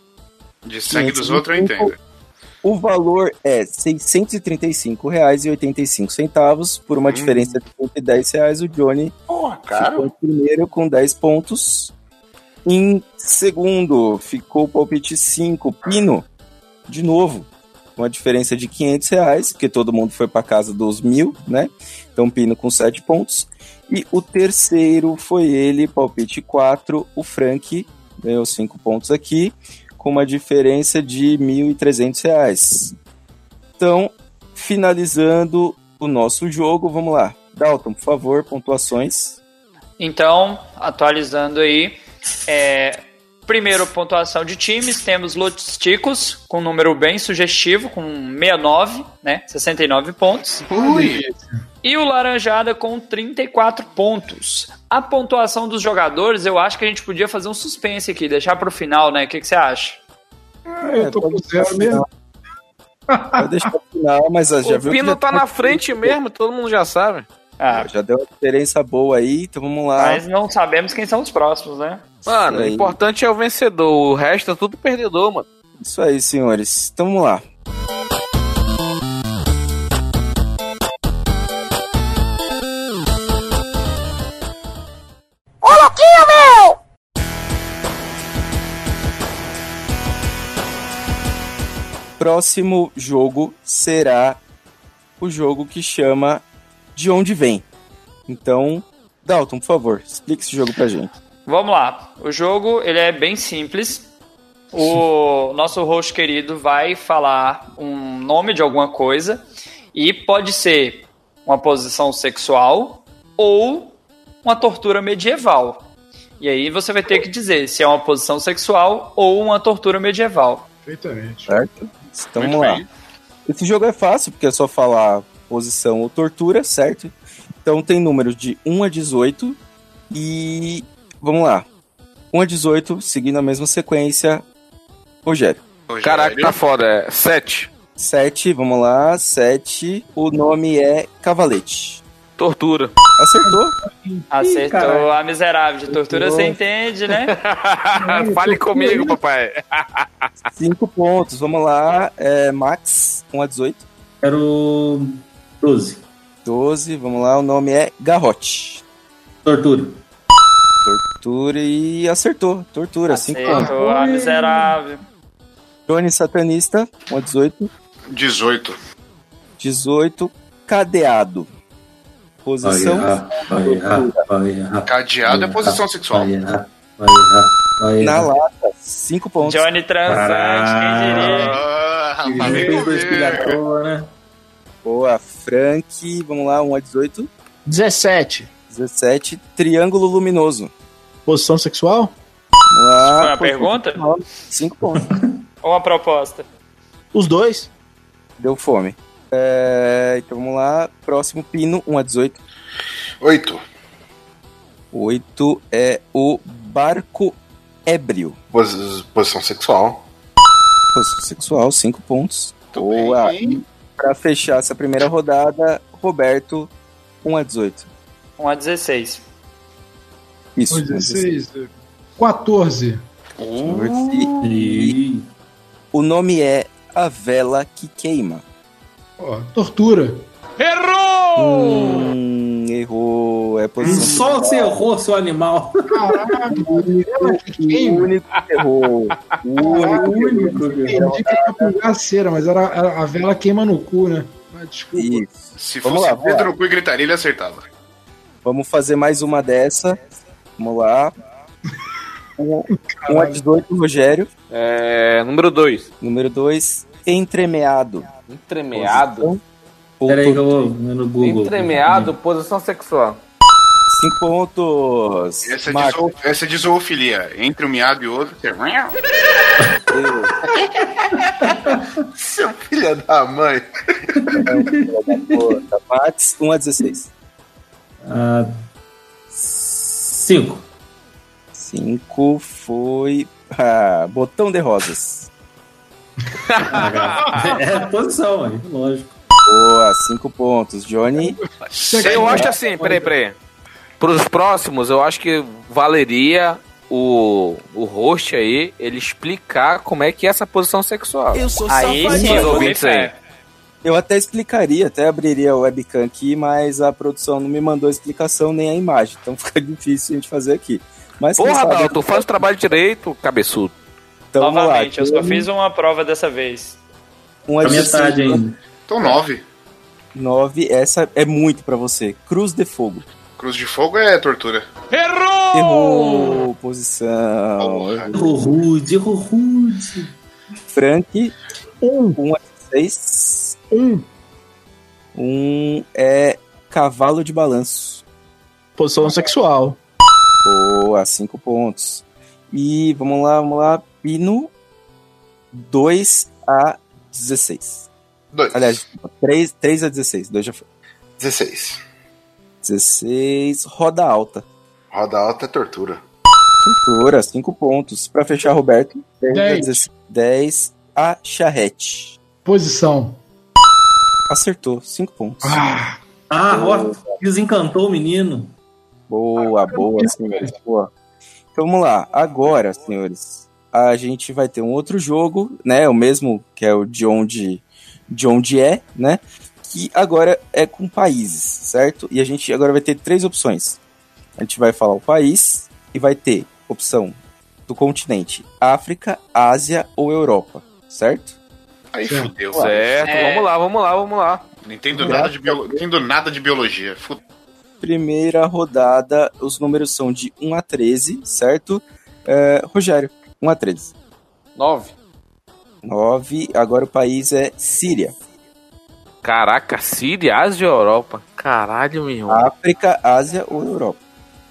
De sangue dos outros eu entendo.
O valor é R$ 635,85 por uma
Hum.
diferença de R$ 110 reais. O Johnny ficou em primeiro com 10 pontos. Em segundo ficou o palpite 5, Pino, de novo, com a diferença de 500 reais, porque todo mundo foi para casa dos mil, né? Então Pino com 7 pontos. E o terceiro foi ele, palpite 4, o Frank, ganhou 5 pontos aqui, com uma diferença de 1.300 reais. Então, finalizando o nosso jogo, vamos lá. Dalton, por favor, pontuações.
Então, atualizando aí, é, primeiro pontuação de times, temos Lotisticos com um número bem sugestivo, com 69, né, 69 pontos. E o Laranjada com 34 pontos. A pontuação dos jogadores, eu acho que a gente podia fazer um suspense aqui, deixar pro
Ah,
É,
final, né? O que, que você acha?
Eu tô com zero mesmo.
Pode deixar pro final, mas já
O
viu.
Pino tá na frente mesmo, todo mundo já sabe.
Ah, já deu uma diferença boa aí, então vamos lá.
Mas não sabemos quem são os próximos, né?
Mano, o
Isso aí.
importante é o vencedor, o resto é tudo perdedor, mano.
Isso aí, senhores. Então vamos lá.
Ô, louquinho, meu!
Próximo jogo será o jogo que chama De Onde Vem. Então, Dalton, por favor, explica esse jogo pra gente.
Vamos lá. O jogo ele é bem simples. O nosso host querido vai falar um nome de alguma coisa e pode ser uma posição sexual ou uma tortura medieval. E aí você vai ter que dizer se é uma posição sexual ou uma tortura medieval.
Perfeitamente.
Certo? Então vamos lá. Esse jogo é fácil, porque é só falar posição ou tortura, certo? Então tem números de 1 a 18 e vamos lá. 1 a 18, seguindo a mesma sequência, Rogério.
Caraca, tá foda, é 7.
7, vamos lá, 7. O nome é Cavalete.
Tortura.
Acertou?
Acertou a miserável de tortura, você entende, né?
Fale comigo, papai.
5 pontos, vamos lá. É, Max, 1 a 18.
Quero 12.
12, vamos lá. O nome é Garrote.
Tortura.
Tortura e acertou. Tortura, 5 pontos.
Acertou a miserável.
Johnny Satanista, 1 a 18.
18.
18, Cadeado. Posição.
Cadeado é
Hum.
posição sexual.
Na lata, 5 pontos.
Johnny
Ah, Transante, quem diria?
Boa, Frank. Vamos lá, 1 a 18.
17.
17, Triângulo Luminoso.
Posição sexual?
Vamos lá.
Foi uma
pô,
pergunta?
Cinco pontos.
Ou uma proposta?
Os dois. Deu fome. É, então vamos lá. Próximo pino, 1 a 18.
8.
8 é o barco ébrio.
Pos- Posição sexual.
Posição sexual, 5 pontos. Boa. Pra fechar essa primeira rodada, Roberto, 1 a 18.
1 a 16.
Isso.
é,
16. 14.
uh,
E- e- O nome é A Vela que Queima.
Ó, tortura.
Errou!
Hum, errou. É posição
Só você errou, seu animal.
É
O único que errou. O único que errou.
Entendi que
é,
era por gaceira, mas era, era- a vela queima no cu, né? Mas desculpa.
Se
Vamos
fosse
lá, vamos
dedo
lá.
no cu e gritaria, ele acertava.
Vamos fazer mais uma dessa. Vamos lá. 1 a 18, Rogério.
É, número 2.
Número 2, entremeado.
Entremeado?
Peraí que eu vou no Google.
Entremeado, posição sexual.
5 pontos.
Essa é, de zoo- essa é de zoofilia. Entre um miado e outro, você...
Ah,
Seu filho da mãe.
É um Max, 1 a 16.
Ah, 5.
5 foi. Ah, botão de rosas.
É posição, aí, lógico.
Boa, 5 pontos. Johnny.
Eu acho assim, peraí, peraí. Pros próximos, eu acho que valeria o, o host aí, ele explicar como é que é essa posição sexual.
Eu sou
aí
safadinho.
sim, os ouvintes aí.
Eu até explicaria, até abriria o webcam aqui, mas a produção não me mandou a explicação nem a imagem, então fica difícil a gente fazer aqui. Mas quem
Porra,
sabe-
Dalton, faz o trabalho direito, cabeçudo.
Então, vamos lá.
Novamente, eu só fiz uma prova dessa vez.
Um
Pra
a
metade ainda.
Então nove.
9, essa é muito pra você. Cruz de Fogo.
Cruz de fogo é tortura.
Errou!
Errou! Posição. Errou rude, errou rude. Frank. 1 um. um a 6. 1 um. um é Cavalo de Balanço.
Posição sexual.
Boa, 5 pontos. E vamos lá, vamos lá. Pino 2 a 16.
Dois.
Aliás, 3, 3 a 16. 2 já foi.
16.
16. Roda alta.
Roda alta é tortura.
Cultura, 5 pontos. Pra fechar, Roberto.
Dez.
10 a charrete.
Posição.
Acertou, cinco pontos.
Ah, ó, desencantou o menino.
Boa, boa, senhores. Boa. Então vamos lá. Agora, senhores, a gente vai ter um outro jogo, né? O mesmo que é o de onde, de onde é, né? Que agora é com países, certo? E a gente agora vai ter três opções. A gente vai falar o país e vai ter opção do continente África, Ásia ou Europa, certo?
Aí
Certo.
fudeu.
Certo,
é.
vamos lá, vamos lá, vamos lá.
Não entendo nada de, bio... não entendo nada de biologia. Fudeu.
Primeira rodada, os números são de 1 a 13, certo? É, Rogério, 1 a 13.
Nove.
9, agora o país é Síria.
Caraca, Síria, Ásia ou Europa? Caralho, meu irmão.
África, Ásia ou Europa?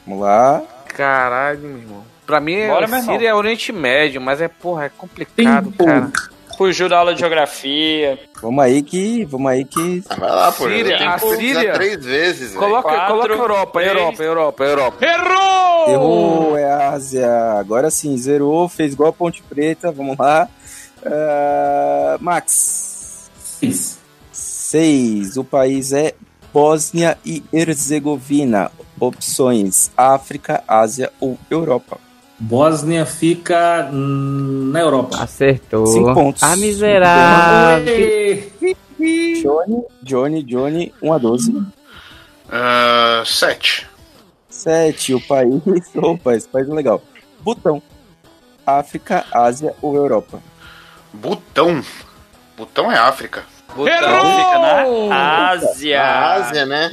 Vamos lá.
Caralho, meu irmão. Pra mim,
Bora,
Bora,
meu irmão.
Síria é Oriente Médio, mas é, porra, é complicado, cara.
Fugiu da aula de geografia.
Vamos aí que. Vamos aí que.
Vai lá, Ah, pô.
Síria,
tem
a
que pesquisar
Síria.
três vezes. velho.
Coloca, coloca Europa, Europa, Europa, Europa.
Errou!
Errou, é Ásia. Agora sim, zerou, fez igual a Ponte Preta. Vamos lá. Ah, Max.
Seis.
O país é Bósnia e Herzegovina. Opções: África, Ásia ou Europa.
Bósnia fica hum, na Europa.
Acertou.
Cinco pontos.
Ah, miserável.
Johnny, Johnny, Johnny, 1 a 12.
Ah, 7.
7, o país. Opa, esse país é legal. Butão. África, Ásia ou Europa?
Butão. Butão é África.
Errou! Então Fica na Ásia.
Na Ásia,
né?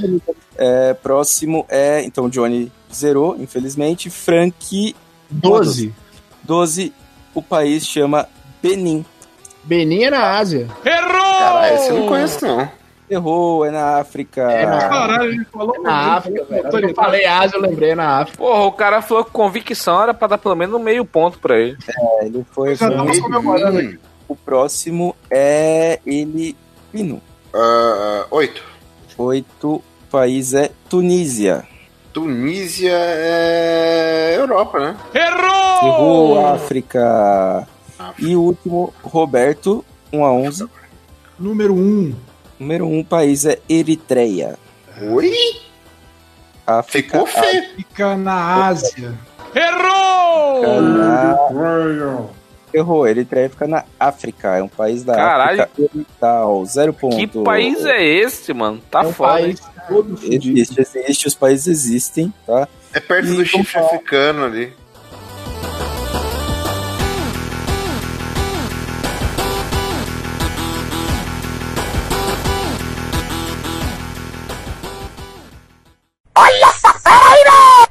É, próximo é. Então, Johnny zerou, infelizmente. Frank.
12.
12. O país chama Benin.
Benin é na Ásia.
Errou!
Caralho,
esse eu não conheço, não.
Errou, é na África. É
Caralho, ele falou.
Na África, velho. Eu falei Ásia, eu lembrei é na África.
Porra, o cara falou com convicção, era pra dar pelo menos um meio ponto pra ele.
É, ele foi.
Já tava
Benin.
comemorando aqui.
O próximo é ele Pino.
Hum. Ah, oito.
Oito. O país é Tunísia.
Tunísia é Europa, né?
Errou!
Errou Oh! África. E o último, Roberto, 1 a 11.
Número 1.
Número 1, país é Eritreia.
Oi?
África,
Ficou feio.
Fica na Ásia.
Errou!
Ah, África. Errou, Eritreia fica na África, é um país da
Caralho.
África Oriental, zero ponto.
Que país é esse, mano? Tá
É um
foda.
país
hein?
Existe, existe, os países existem, tá?
É perto do chifre africano ali.
Olha essa fera aí,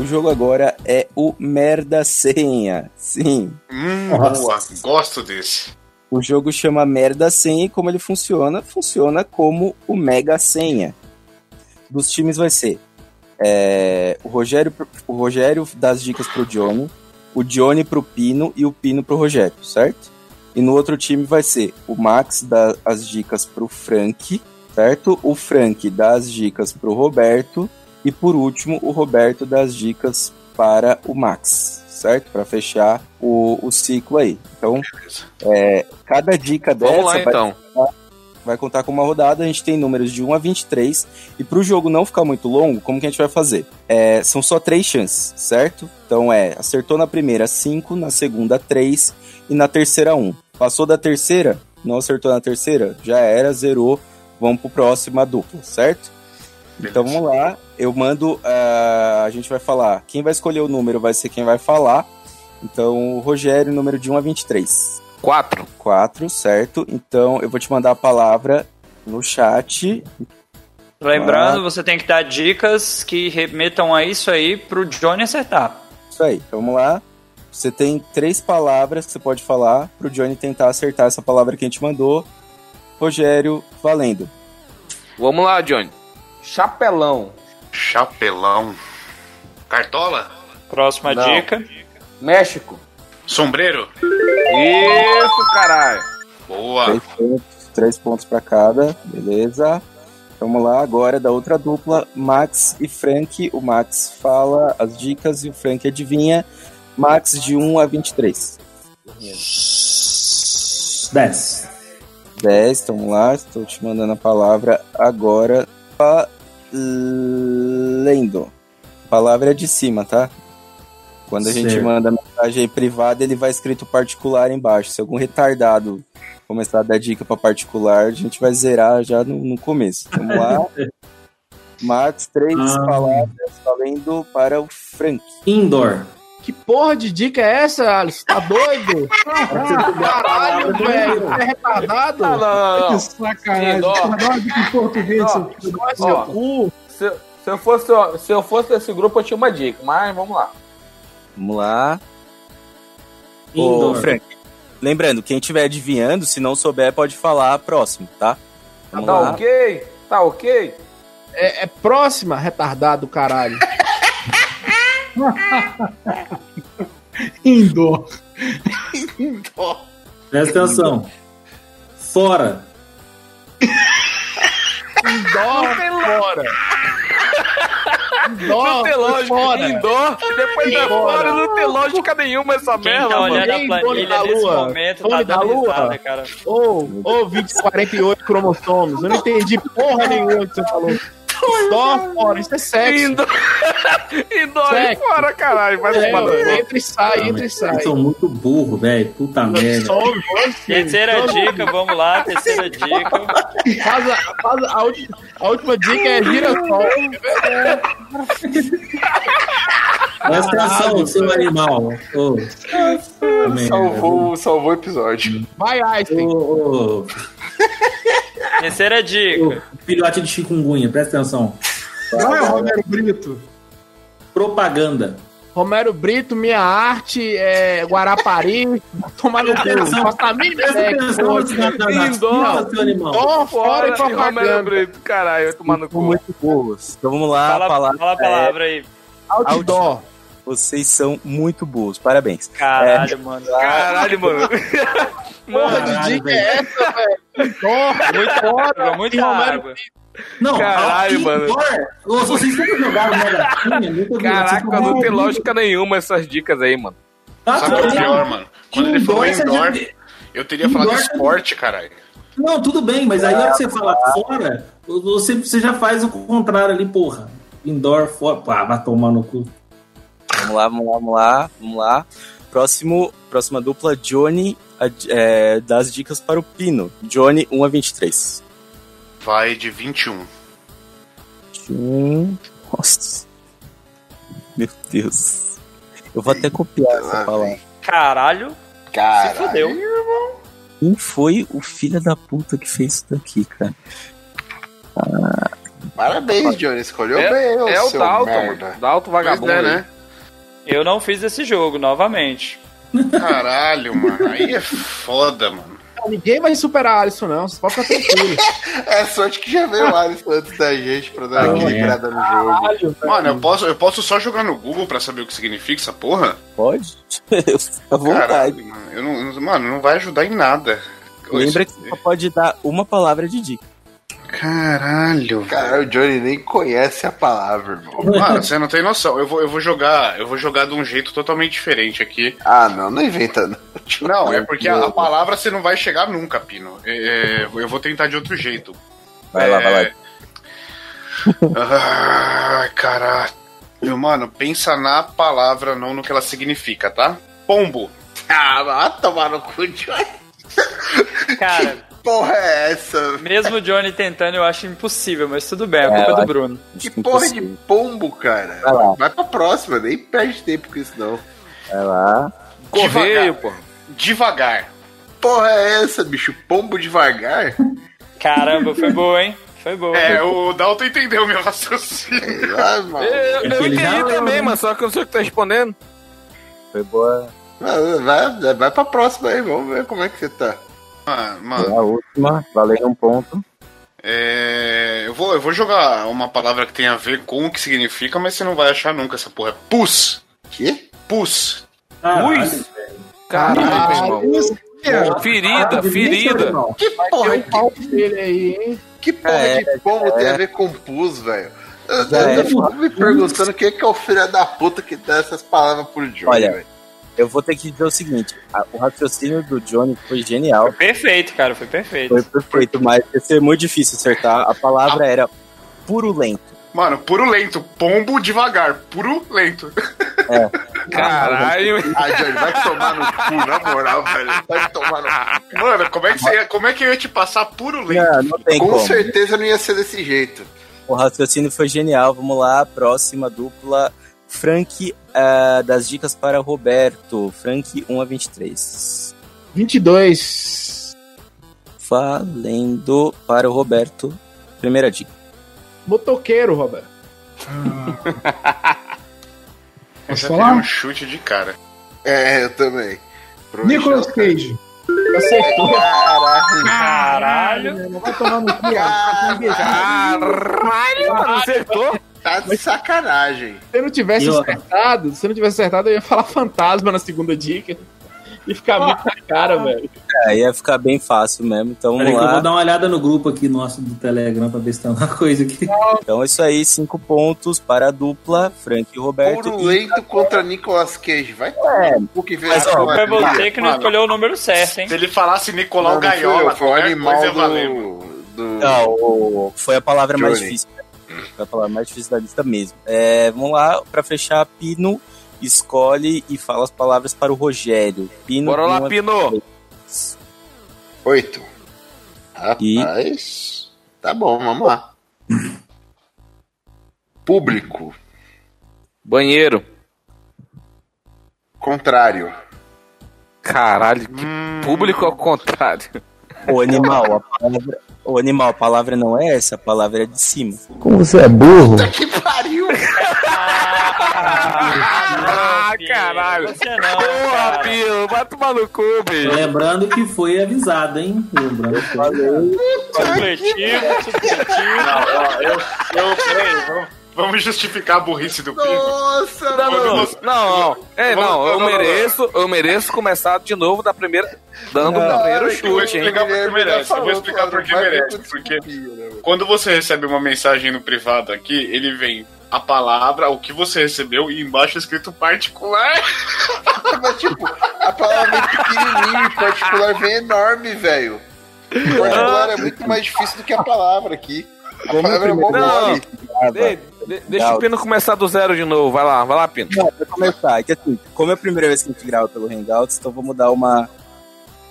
O jogo agora é o Merda Senha. Sim,
Hum,
Nossa.
boa. Gosto desse.
O jogo chama Merda Senha e como ele funciona? Funciona como o Mega Senha. Dos times vai ser é, o, Rogério, pro- o Rogério das dicas pro Johnny, o Johnny pro Pino e o Pino pro Rogério, certo? E no outro time vai ser o Max dá as dicas pro Frank, certo? O Frank dá as dicas pro Roberto e por último o Roberto dá as dicas para o Max, certo? Para fechar o, o ciclo aí. Então, é, cada dica dessa
Vamos lá,
vai,
então.
contar, vai contar com uma rodada. A gente tem números de 1 a 23. E para o jogo não ficar muito longo, como que a gente vai fazer? É, são só três chances, certo? Então é, acertou na primeira 5, na segunda 3 e na terceira 1. Passou da terceira, não acertou na terceira, já era, zerou. Vamos pro próximo a dupla, certo? Então vamos lá. Eu mando. ah, a gente vai falar. Quem vai escolher o número vai ser quem vai falar. Então, o Rogério, número de 1 a 23.
4.
4, certo. Então, eu vou te mandar a palavra no chat.
Lembrando, você tem que dar dicas que remetam a isso aí pro Johnny acertar.
Isso aí, então vamos lá. Você tem três palavras que você pode falar pro Johnny tentar acertar essa palavra que a gente mandou. Rogério, valendo.
Vamos lá, Johnny. Chapelão.
Chapelão. Cartola?
Próxima
Não.
dica.
México.
Sombreiro?
Isso, caralho.
Boa. Ah.
Três pontos, três pontos para cada, beleza. Vamos lá, agora da outra dupla, Max e Frank. O Max fala as dicas e o Frank adivinha. Max de 1 a 23.
10.
10, vamos lá, estou te mandando a palavra agora. Lendo. Palavra é de cima, tá? Quando a gente
Certo.
manda mensagem aí privada, ele vai escrito particular embaixo. Se algum retardado começar a dar dica para particular, a gente vai zerar já no, no começo. Vamos lá. Max, três palavras valendo para o Frank.
Indoor.
Que porra de dica é essa, Alisson? Tá doido? Caralho, velho. Você é retardado? Não,
não, não.
Que sacanagem.
Indoor.
Sacanagem de português.
Ó,
seu filho.
ó, se, se eu fosse, se eu fosse desse grupo, eu tinha uma dica, mas vamos lá. Tá
Vamos lá. Ô,
Indoor.
Frank. Lembrando, quem estiver adivinhando, se não souber, pode falar próximo, tá? Vamos
tá
lá.
ok? Tá ok?
É, é próxima, retardado, caralho.
Indoor.
Presta atenção. Fora.
Indoor fora.
não tem lógica.
fora.
Indoor, depois da
Fora.
fora, não tem lógica nenhuma essa
Quem
merda,
tá
mano.
olhando a planilha nesse momento tá dando risada, cara. Ô, ô, 2048 cromossomos. Eu não entendi porra nenhuma que você falou. Dó, fora, isso é sexo.
Indoor e
Sexo.
fora, caralho. Vai
É,
tomar no cu.
entra e sai, entra e sai.
Vocês são muito burro, velho. Puta merda.
Terceira
Todo
dica, vamos lá, terceira dica.
Faz a, faz a, ulti- a última dica é girassol.
Presta atenção, seu animal. Ô,
Salvou, salvou o episódio.
Vai, Einstein.
ô, ô,
Terceira dica.
filhote de chikungunya, presta atenção.
é
Vai, Romero Brito.
Propaganda.
Romero Brito, minha arte, é, Guarapari, tomar no cu.
Presta atenção.
Faça a mínima
Presta
ideia que
atenção,
pode.
Renato. Não, seu animal.
Dó, fora e
Fora e Romero
propaganda.
Brito, é caralho, vai tomar no cu.
Muito boas. Então vamos lá.
Fala- fala a palavra aí.
Outdoor. Vocês são muito boas, parabéns.
Caralho,
É,
mano.
Caralho, mano.
Porra de dica é essa, velho? Dó,
Muita
fora
água,
e
muita
Romero
água.
Não,
Caralho, mano.
Ô, vocês nunca jogaram Mega Sena? Nunca viram? Vocês
Caraca,
não
não tem
viram?
lógica nenhuma essas dicas aí, mano.
Tá,
Sabe o
tudo
que é
bem.
pior, mano? Quando ele
Indoor,
falou
você já
indoor,
de-
eu teria falado
Indoor-
esporte, caralho.
Não, tudo bem, mas aí na hora que você fala fora, você, você já faz o contrário ali, porra. Indoor, fora. Pá, vai tomar no cu.
Vamos lá, vamos lá, vamos lá, vamos lá. Próximo, próxima dupla, Johnny a- é, das dicas para o Pino. Johnny, 1 a 23.
Vai de 21.
Hum, Nossa. Meu Deus. Eu vou até copiar essa palavra.
Caralho.
Caralho.
Se fudeu.
Quem foi o filho da puta que fez isso daqui, cara? Ah,
Parabéns, Johnny. Escolheu
É-
bem, ô,
é o
seu
Dalton,
merda.
Dalton
vagabundo
Pois é,
aí.
né?
Eu não fiz esse jogo, novamente.
Caralho, mano. Aí é foda, mano.
Ninguém vai superar Alisson, não. Você pode ficar tranquilo.
É sorte que já veio o Alisson antes da gente pra dar
Ah,
uma
é.
equilibrada no jogo.
Mano, eu posso, eu posso só jogar no Google pra saber o que significa essa porra?
Pode? à vontade.
Caralho, mano. Eu não, eu- mano, não vai ajudar em nada.
Lembra que você só pode dar uma palavra de dica.
Caralho.
Caralho, o Johnny nem conhece a palavra, irmão.
Mano, você não tem noção. Eu vou, eu vou jogar, eu vou jogar de um jeito totalmente diferente aqui.
Ah, não, não inventa, não.
Não, é porque a, a palavra você não vai chegar nunca, Pino. É, é, eu vou tentar de outro jeito.
Vai lá,
É,
vai lá.
É. Ai, caralho. Mano, pensa na palavra, não no que ela significa, tá? Pombo.
Ah, vai tomar no cu, Johnny.
Cara.
porra é essa?
Mesmo o Johnny tentando, eu acho impossível, mas tudo bem, a culpa é do Bruno.
Que porra de pombo, cara?
Vai lá.
Vai pra próxima, nem perde tempo com isso, não.
Vai lá.
Correio, pô. Devagar.
Porra é essa, bicho? Pombo devagar?
Caramba, foi boa, hein? Foi boa.
É, o Dalton entendeu meu raciocínio.
Ah, mano.
Eu, eu
Ele
entendi
já-
também, mano, só que eu não sei o que tá respondendo.
Foi boa.
Vai, vai, vai pra próxima aí, vamos ver como é que você tá.
Ah, Mano,
A última, valendo um ponto.
É, eu, vou, eu vou jogar uma palavra que tem a ver com o que significa, mas você não vai achar nunca essa porra. É pus.
Quê?
Pus.
Ah,
Pus? Caralho, meu irmão. Ferida, ferida.
Que porra?
Pau um dele aí, hein?
Que porra
É,
de pombo tem
é.
a ver com pus, velho? Eu,
Já
eu
é.
tô me perguntando quem é que é o filho da puta que dá essas palavras pro Johnny,
Olha,
velho.
eu vou ter que dizer o seguinte: a- o raciocínio do Johnny foi genial.
Perfeito, cara, foi perfeito.
Foi perfeito, mas ia ser muito difícil acertar. A palavra
Ah.
era purulento.
Mano, puro lento. Pombo devagar. Puro lento.
É.
Caralho. Ah, Johnny, vai tomar no cu, na moral, velho. Vai tomar no cu. Mano, como é que, você ia- como é que eu ia te passar puro lento?
Ah, Não, não tem
Com
como.
certeza não ia ser desse jeito.
O raciocínio foi genial. Vamos lá, próxima dupla. Frank, ah, das dicas para Roberto. Frank 1 a 23.
22.
Valendo para o Roberto. Primeira dica.
Motoqueiro, Roberto.
Posso
falar?
um chute de cara.
É, eu também.
Nicolas Cage.
Acertou.
Caralho.
Não vai tomar no cu. Caralho,
mano, acertou? Tá de sacanagem.
Se eu não tivesse
Eu-
acertado, se eu não tivesse acertado, eu ia falar fantasma na segunda dica. E ficar muito na cara, velho.
É, ia ficar bem fácil mesmo. Então
Peraí
vamos
que eu vou dar
lá.
uma olhada no grupo aqui nosso do Telegram pra ver se tem alguma coisa aqui.
Então é isso aí, cinco pontos para a dupla, Frank e Roberto.
Puro lento contra Nicolas Cage. Vai
É,
O que vem
mas, ó,
Foi você que não escolheu o número certo, hein?
Se ele falasse Nicolau
Não, não fui
Gaiola,
eu, foi o
qualquer
animal
coisa
do-
valendo.
Não, o- foi a palavra mais
Johnny.
difícil. Foi a palavra mais difícil da lista mesmo. É, vamos lá, para fechar, Pino escolhe e fala as palavras para o Rogério. Pino,
Bora lá, Pino.
Oito. Rapaz. Tá bom, vamos lá. Público.
Banheiro.
Contrário.
Caralho, que
Hum.
público ao contrário.
O animal, a palavra. O animal, a palavra não é essa, a palavra é de cima.
Como você é burro?
Que pariu!
Ah, caralho. Porra, Pino, vai tomar no cu, bicho.
Lembrando que foi avisado, hein? Lembrando que foi avisado.
Supletivo, supletivo. Não, ó, eu, eu, peraí, vamos, vamos justificar a burrice do Pico.
Nossa,
Não, não, não, não, não. É,
Vamos-
não, eu
não, não, não.
mereço, eu mereço começar de novo da primeira, dando o primeiro
Eu vou
chute, hein?
explicar
tá
porque merece. Eu vou explicar porque merece. Porque quando você recebe uma mensagem no privado aqui, ele vem a palavra, o que você recebeu e embaixo é escrito particular.
Mas tipo, a palavra é muito pequenininha e particular vem enorme, velho.
Ah.
Particular é muito mais difícil do que a palavra aqui. A palavra é mó mole.
Não, de- de- deixa o
Legal.
Pino começar do zero de novo, vai lá, vai lá, Pino.
Não, pra começar, é que assim, como é a primeira vez que a gente grava pelo Hangouts, então vamos dar uma.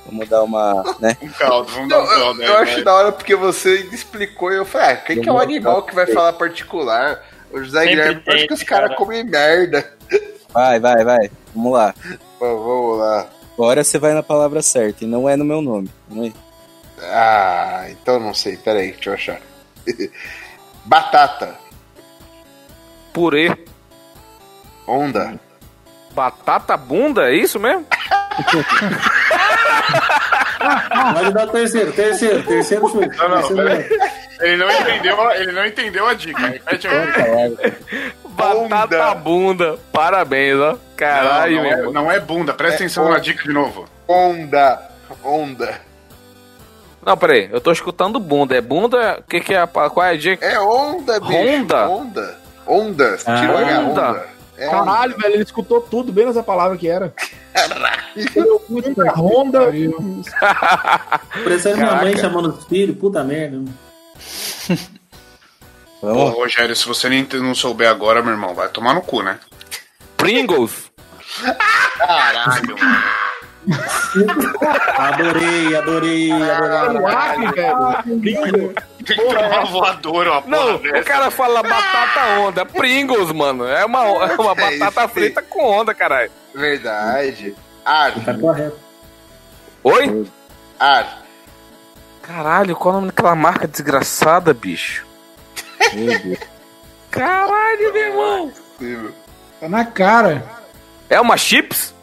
Vamos dar uma. Né?
Um caldo, vamos dar
Não,
um caldo.
Então, eu,
aí,
eu
vai.
acho da hora porque você explicou e eu falei, ah, quem que é o animal que vai falar particular? O José
Sempre
Guilherme,
tem,
acho que os caras
cara.
comem merda.
Vai, vai, vai. Vamos lá.
Bom, vamos lá.
Agora você vai na palavra certa e não é no meu nome. Vamos aí.
Ah, então não sei, peraí, deixa eu achar. Batata.
Purê.
Onda.
Batata bunda, é isso mesmo?
Pode dar o terceiro, terceiro, terceiro chute.
Não, não,
terceiro
peraí. Ele não entendeu, a- ele não entendeu a dica. Repete aí.
Batata bunda. Parabéns, ó. Caralho,
não, não, é,
meu.
não é bunda, presta
É
atenção na
onda.
dica de novo.
Onda. Onda.
Não, peraí, eu tô escutando bunda. É bunda? Que que é a, pa- qual é a dica?
É onda,
bicho,
Onda?
Onda. Onda.
Ah.
Tirou a
Onda.
onda. É
Caralho, velho, ele escutou tudo, bem nessa palavra que era. Caralho. Honda. um
Parecendo minha mãe
Caraca.
chamando os filhos, puta merda.
Ô, Rogério, se você nem- não souber agora, meu irmão, vai tomar no cu, né?
Pringles?
Caralho, mano.
Adorei, adorei, adorei.
Tem que ter uma voadora, uma
Não, o cara fala batata onda. É Pringles, mano. É uma, é uma batata frita com onda, caralho.
Verdade. Ar.
Tá correto.
Oi?
Ar.
Caralho, qual o nome daquela marca desgraçada, bicho? Caralho, meu irmão.
Tá na cara.
É uma chips?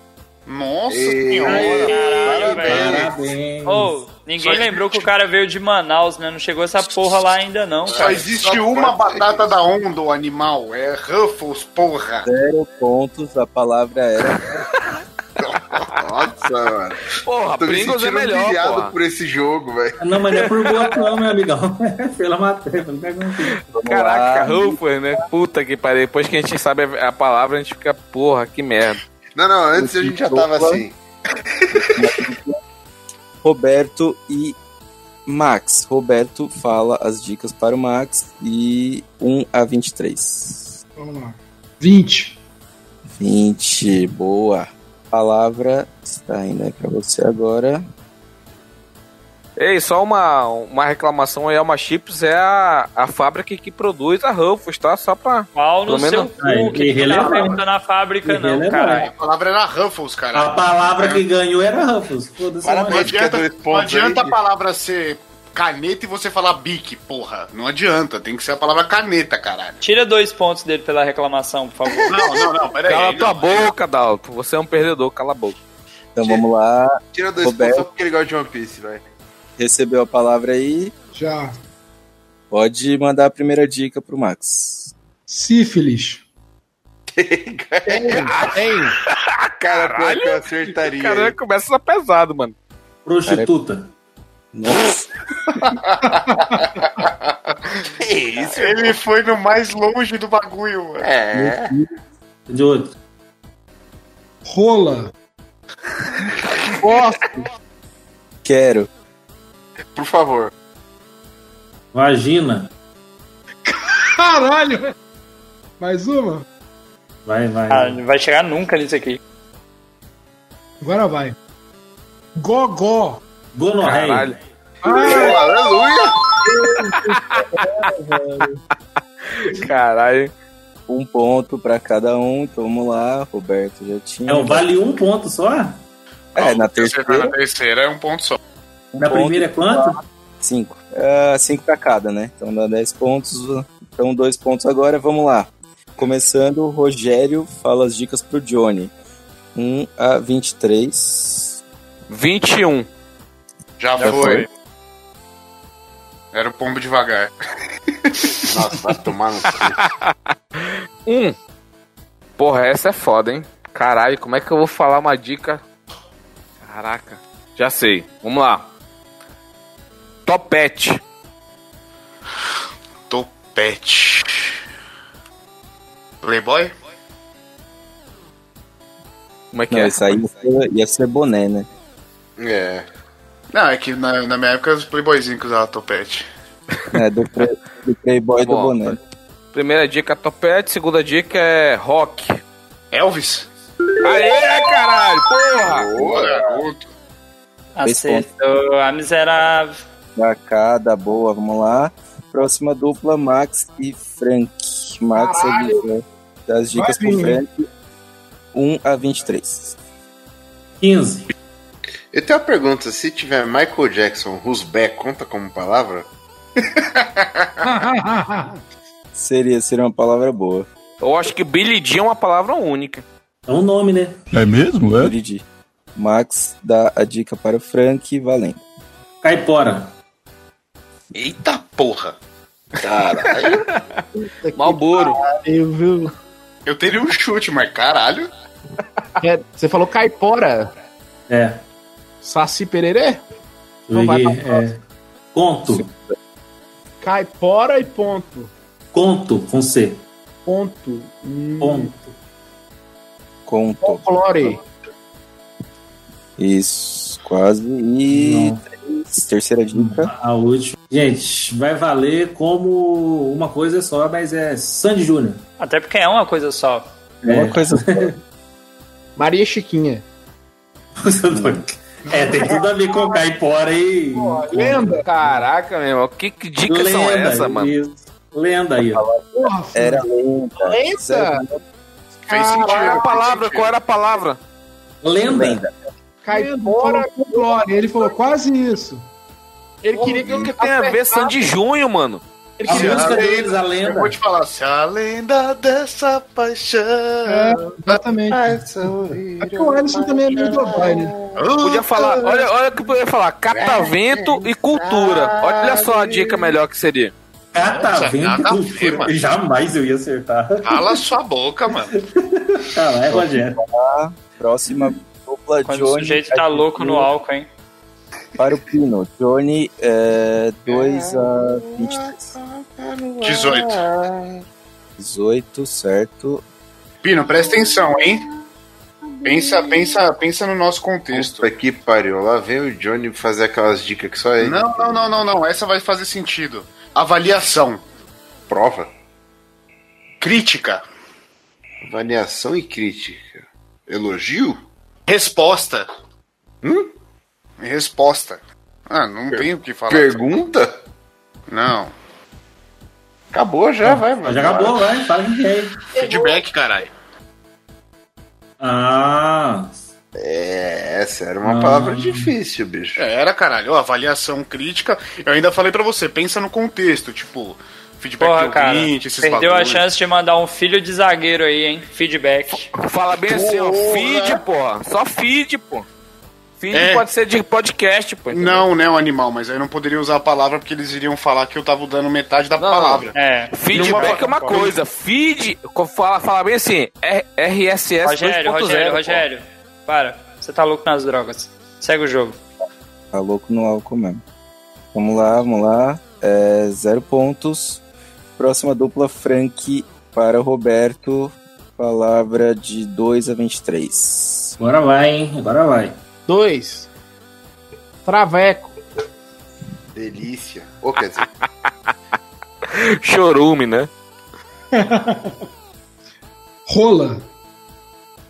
Nossa
Caralho,
Parabéns.
velho. Ô, ninguém lembrou que o cara veio de Manaus, né? Não chegou essa porra lá ainda, não.
Só
cara.
existe uma batata da onda, o animal. É Ruffles, porra.
Zero pontos, a palavra era.
Nossa, mano.
Porra,
Tô me
Pringles é
sentindo
melhor,
humilhado
porra.
por esse jogo, velho.
Não, mas não é por boa não, meu amigão. É pela matéria, não pega um filho.
Caraca, Ruffer, né? Puta que pariu. Depois que a gente sabe a a palavra, a gente fica, porra, que merda.
Não, não, antes a gente já
é-
tava assim.
Roberto e Max. Roberto fala as dicas para o Max e 1 a 23.
Vamos lá. 20.
20, boa. A palavra está indo aí para você agora.
Ei, só uma, uma reclamação aí, a Alma Chips é a, a fábrica que produz a Ruffles, tá? Só pra...
Pau no
pelo
seu
menos-
cu, que não tá perguntando na fábrica, não,
Irrelevante.
cara.
A É, palavra era Ruffles, cara.
A palavra que
ganhou era Ruffles.
Não né? adianta,
dois
não
pontos
adianta
aí.
a palavra ser caneta e você falar bique, porra. Não adianta, tem que ser a palavra caneta, caralho.
Tira dois pontos dele pela reclamação, por favor.
Não, não, não, peraí.
Cala tua boca, Dalton. Você é um perdedor, cala a boca.
Então vamos lá.
Tira dois pontos só
Roberto
porque ele gosta de One Piece, velho.
recebeu a palavra aí.
Já.
Pode mandar a primeira dica pro Max.
Sífilis.
Cara, pior que eu acertaria.
Caralho, começa a pesado, mano.
Prostituta.
Nossa.
isso?
Ele foi no mais longe do bagulho, mano.
É.
De outro.
Rola.
Gosto. Quero.
Por favor.
Vagina.
Caralho! Mais uma?
Vai, vai.
Ah, não vai chegar nunca nisso aqui.
Agora vai. Gogó.
Gonorreia.
Caralho.
Aleluia!
Caralho.
Um ponto pra cada um. Então vamos lá. Roberto já tinha.
É, vale um ponto só?
Você tá
É, na
na
terceira.
terceira é um ponto só.
Na primeira é quanto?
Cinco. Ah, cinco pra cada, né? Então dá dez pontos. Então dois pontos agora. Vamos lá. Começando, o Rogério fala as dicas pro Johnny. 1 a 23.
21.
Já,
Já
foi.
foi.
Era o pombo devagar.
Nossa, vai tomar no
Um. Porra, essa é foda, hein? Caralho, como é que eu vou falar uma dica? Caraca. Já sei. Vamos lá. Topete.
Topete. Playboy?
Como é
que é? Isso aí ia ser, ia ser boné, né?
É.
Não, é que na, na minha época os playboyzinhos que usavam topete.
É, do, play- do Playboy do
Bom,
boné.
Primeira dica, topete. Segunda dica é rock.
Elvis?
Aê, caralho! Porra!
Boa, garoto.
Acertou a miserável.
Pra cada, boa, vamos lá. Próxima dupla, Max e Frank. Max é
Caralho.
dica das dicas
Vai
pro
vir, hein?
Frank. 1 a 23.
15.
Eu tenho uma pergunta: se tiver Michael Jackson, Rusbeck, conta como palavra?
Seria, seria uma palavra boa.
Eu acho que Billy Jean é uma palavra única.
É um nome, né?
É mesmo? É? Max dá a dica para o Frank, valendo.
Caipora.
Eita porra!
Caralho!
Malboro.
Eu, viu?
Eu teria um chute, mas caralho.
É, você falou caipora.
É.
Saci pererê?
Eu
Não vai
errei,
pra próxima.
é. Conto.
Caipora e ponto.
Conto com C.
Ponto. Hum,
Ponto.
Conto.
Folclore.
Isso, quase. E três. terceira dica.
A última. tá Gente, vai valer como uma coisa só, mas é Sandy Júnior.
Até porque é uma coisa só.
É.
coisa
Maria Chiquinha.
É, tem tudo a ver com Caipora e.
Lenda.
Caraca, meu irmão. Que, que dicas são
Lenda,
essas, mano?
isso. Lenda aí, ó.
Porra,
Era lenta.
lenda.
Fez
Caralho.
sentido.
Qual era a palavra? Qual era a palavra?
assim,
Lenda.
Caipora.
Falou folclore. então, Ele falou quase isso.
Ele queria que
O
eu
que tem a ver Sandy Junho, mano?
Ele
Se
queria
a
que eu-
lenda-
a lenda.
Eu vou te falar, se a lenda dessa paixão.
É, exatamente.
Ah,
É porque o Alisson também é meio dodói, né?
Podia falar, olha, olha o que eu podia falar, catavento e cultura. Olha só a dica melhor que seria.
Catavento
nada a
do
ver,
Furo.
mano.
Jamais eu ia acertar.
Cala sua boca, mano.
Tá, é Rogério.
Próxima dupla
Quando o
Johnny.
sujeito tá
Adipino
louco no álcool, hein?
Para o Pino. Johnny é 2 a 23.
18.
18, certo.
Pino, presta atenção, hein? Pensa, pensa, pensa no nosso contexto.
Puta que pariu. Lá vem o Johnny fazer aquelas dicas que só é ele.
Não, não, não, não, não. Essa vai fazer sentido. Avaliação.
Prova.
Crítica.
Avaliação e crítica. Elogio?
Resposta. Resposta. Ah, não
Hum? Per-
tem o que falar.
Pergunta?
Não.
Acabou já, vai, mano.
Já acabou, vai. Fala de jeito.
Feedback, caralho.
Ah.
É, essa era uma palavra difícil, bicho.
É, Era, caralho. Ó, avaliação crítica. Eu ainda falei pra você, pensa no contexto, tipo, feedback
Porra,
do
cara.
ouvinte, esses
Perdeu a
bagulho.
chance de mandar um filho de zagueiro aí, hein? Feedback.
Fala bem assim, ó. Feed, pô. Só feed, pô. Feed
É.
pode ser de podcast, pô. entendeu?
Não, né, o animal, mas aí eu não poderia usar a palavra porque eles iriam falar que eu tava dando metade da palavra.
É.
Feedback é uma coisa. Feed, co- fala, fala bem assim, R- RSS
Rogério,
2.0.
Rogério,
pô.
Rogério. Para. Você tá louco nas drogas. Segue o jogo.
Tá louco no álcool mesmo. Vamos lá, vamos lá. É, zero pontos. Próxima dupla, Frank para o Roberto. Palavra de 2 a 23.
Agora vai, hein? Agora vai.
Dois. Traveco.
Delícia. Ô, quer dizer,
Chorume, né?
Rola.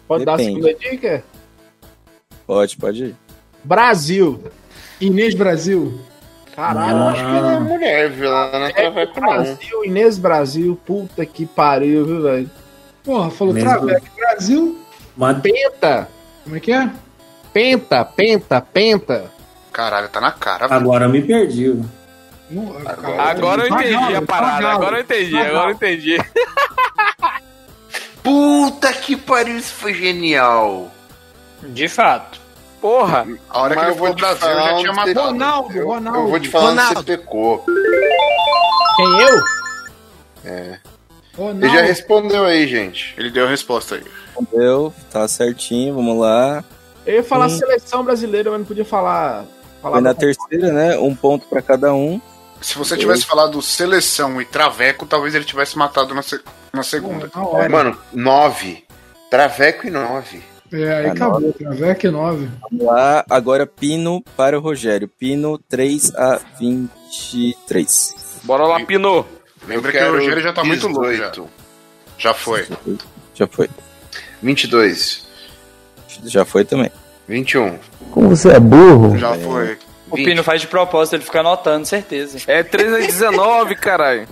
Pode dar a
Depende.
segunda dica?
Pode, pode ir.
Brasil.
Inês Brasil.
Caralho,
Ah.
eu acho que ela é mulher.
mulher, viu? Ela não
É
um. trabalha com não.
Brasil, Inês Brasil. Puta que pariu, viu, velho?
Porra, falou
Mesmo-
Travec Brasil.
Penta.
Como é que é?
Penta, penta, penta.
Caralho, tá na cara.
Agora eu me perdi.
Não,
Agora eu entendi a parada, agora eu entendi, agora eu entendi.
Puta que pariu, isso foi genial.
De fato.
Porra.
A hora
que ele falou Brasil, eu já tinha matado.
Ronaldo,
eu,
Ronaldo.
um Eu vou te falar onde
Ronaldo.
você pecou.
Quem eu?
É.
Ronaldo.
Ele já respondeu aí, gente.
Ele deu a resposta aí.
Entendeu? Tá certinho, vamos lá.
Eu ia
Hum.
falar
Sim.
seleção brasileira, mas não podia falar. falar
Foi na
da-
terceira, né? Um ponto pra cada um.
Se você tivesse falado seleção e traveco, talvez ele tivesse matado na, se- na segunda.
É, Mano, 9. Traveco e 9.
É, aí
Ah,
acabou. Travec 9.
Vamos lá, agora Pino para o Rogério. Pino 3 a 23.
Bora lá, Pino.
Lembra que o Rogério já tá muito louco. Já. já foi.
Já foi.
22.
Já foi também.
21.
Como você é burro?
Já foi.
O Pino faz de propósito, ele fica anotando, certeza.
É 3 a 19, caralho.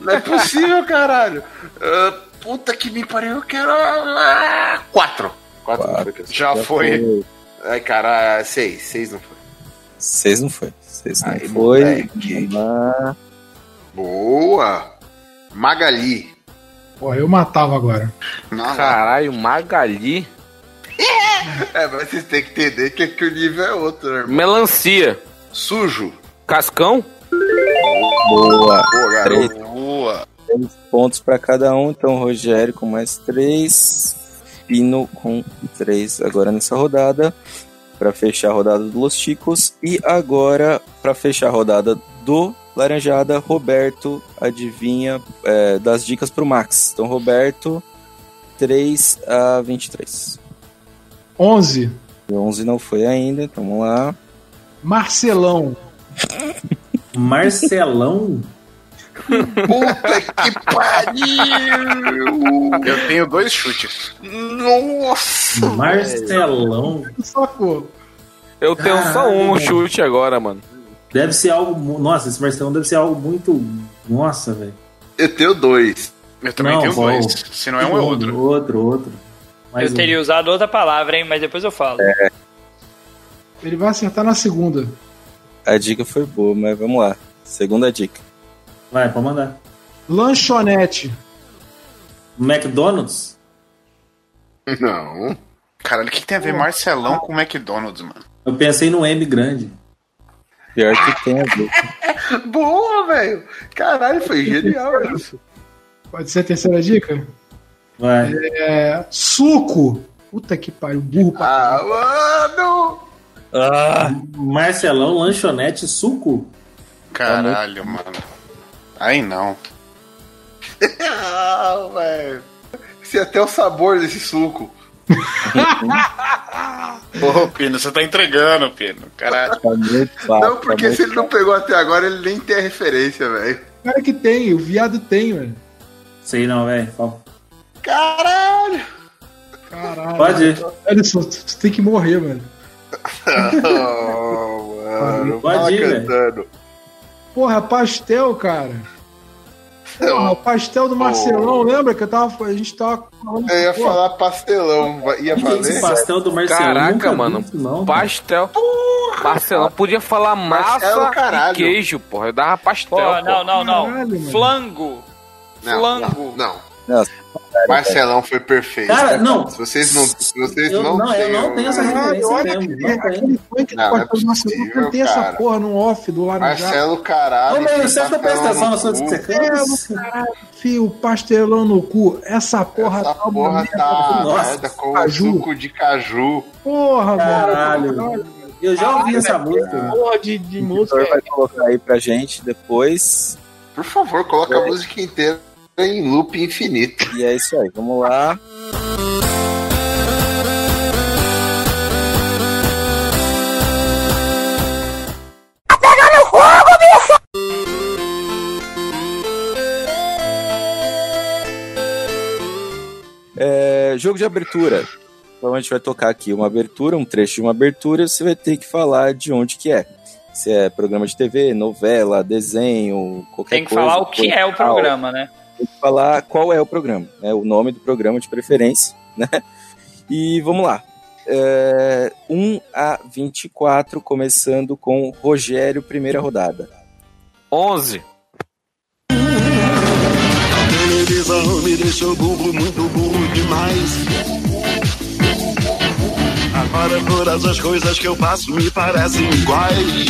Não é possível, caralho. Ah, puta que me pariu, eu quero. 4. 4 não foi, pessoal.
Já Já foi. foi.
Ai, cara, 6. 6 não foi.
Vocês não foi. Vocês não
Aí,
foi.
moleque.
Vamos lá.
Boa. Magali.
Porra, eu matava agora.
Caralho, Magali.
É, mas vocês têm que entender que aqui o nível é outro, né, irmão?
Melancia.
Sujo.
Cascão.
Boa.
Boa,
Três,
garoto.
Boa.
três pontos pra cada um. Então, Rogério com mais 3. Pino com 3 agora nessa rodada. Pra fechar a rodada do Los Chicos. E agora, pra fechar a rodada do Laranjada, Roberto adivinha é, das dicas pro Max. Então, Roberto, 3 a 23.
11.
E 11 não foi ainda, então vamos lá.
Marcelão.
Marcelão?
Puta que pariu!
Eu tenho dois chutes.
Nossa!
Marcelão?
Sacou.
Eu tenho só
Caralho,
um
velho.
chute agora, mano.
Deve ser algo. mu- Nossa, esse Marcelão deve ser algo muito. Nossa, velho.
Eu tenho dois.
Eu
também Não, tenho vou. dois.
Se
outro. Outro, outro. Mais
eu
um.
teria usado outra palavra, hein? Mas depois eu falo. É.
Ele vai acertar na segunda.
A dica foi boa, mas vamos lá. Segunda dica.
um. Vai, pode mandar.
Lanchonete.
McDonald's?
Não.
é, Caralho, o que tem a ver
Hum.
Marcelão com McDonald's, mano?
Eu pensei no M grande.
Pior que tem a ver.
Boa, velho. Caralho, foi genial né? isso.
Pode ser a terceira dica?
Vai.
É, suco. Puta que pariu, burro pra caralho.
Mano!
Ah, Marcelão, lanchonete, suco.
Caralho, mano. Aí não.
Ah, velho. Se até o sabor desse suco.
Porra, Pino, você tá entregando, Pino. Caralho.
Tá
Ah,
Não, porque se ele não pegou até agora, ele nem tem a referência, velho.
Cara que tem, o viado tem, velho.
Sei não, velho. Fala.
Caralho!
Caralho.
Pode ir.
Alisson, tu tu tem que morrer, velho.
Não, Oh, mano.
Pode
fala
ir, né? velho.
cantando.
Porra, pastel, cara. Porra, pastel do Marcelão, lembra que eu tava, a gente tava falando.
Eu ia
Porra.
falar pastelão, vai- ia
que
valer.
esse pastel do Marcelão?
Caraca,
Nunca vi
mano.
isso, não, cara.
Pastel. Marcelão podia falar
Marcelo,
massa e
caralho.
queijo, porra. Eu dava pastel.
Pô, Então,
porra.
não, não, não.
Caralho, mano.
Flango.
Não,
Flango.
Não, não.
Nossa,
Marcelão foi perfeito.
Cara, não.
Se vocês não. Se vocês
Eu,
é não,
não, eu
têm
não tenho essa
Caralho,
referência
olha
mesmo. Não
aquele,
tenho.
aquele funk
Não,
do
não é
pastel do Marcelão. Eu
possível,
cantei essa
cara.
porra num off do Laranjado.
Marcelo, caralho.
Ô, meu,
esse
você não presta
pastelão
atenção
no
nas coisas que
cu.
você canta?
Fio, pastelão no cu. Essa porra
Essa
tá uma
porra
merda.
tá
Nossa.
merda com
Caju.
suco de caju.
Porra,
Caralho.
velho.
Eu já ouvi essa música.
Porra de, de
O
música.
senhor vai colocar aí pra gente depois.
Por favor, coloca a música inteira em loop infinito.
E é isso aí, vamos lá. É, jogo de abertura. Então a gente vai tocar aqui uma abertura, um trecho de uma abertura, e você vai ter que falar de onde que é. Se é programa de TV, novela, desenho, qualquer
Tem que
coisa,
falar o que é o
portal
programa, né?
tem que falar qual é o programa, né? O nome do programa de preferência, né? E vamos lá. É, 1 a 24, começando com Rogério, primeira rodada.
11.
televisão me deixou burro, muito burro demais. Agora todas as coisas que eu faço me parecem iguais.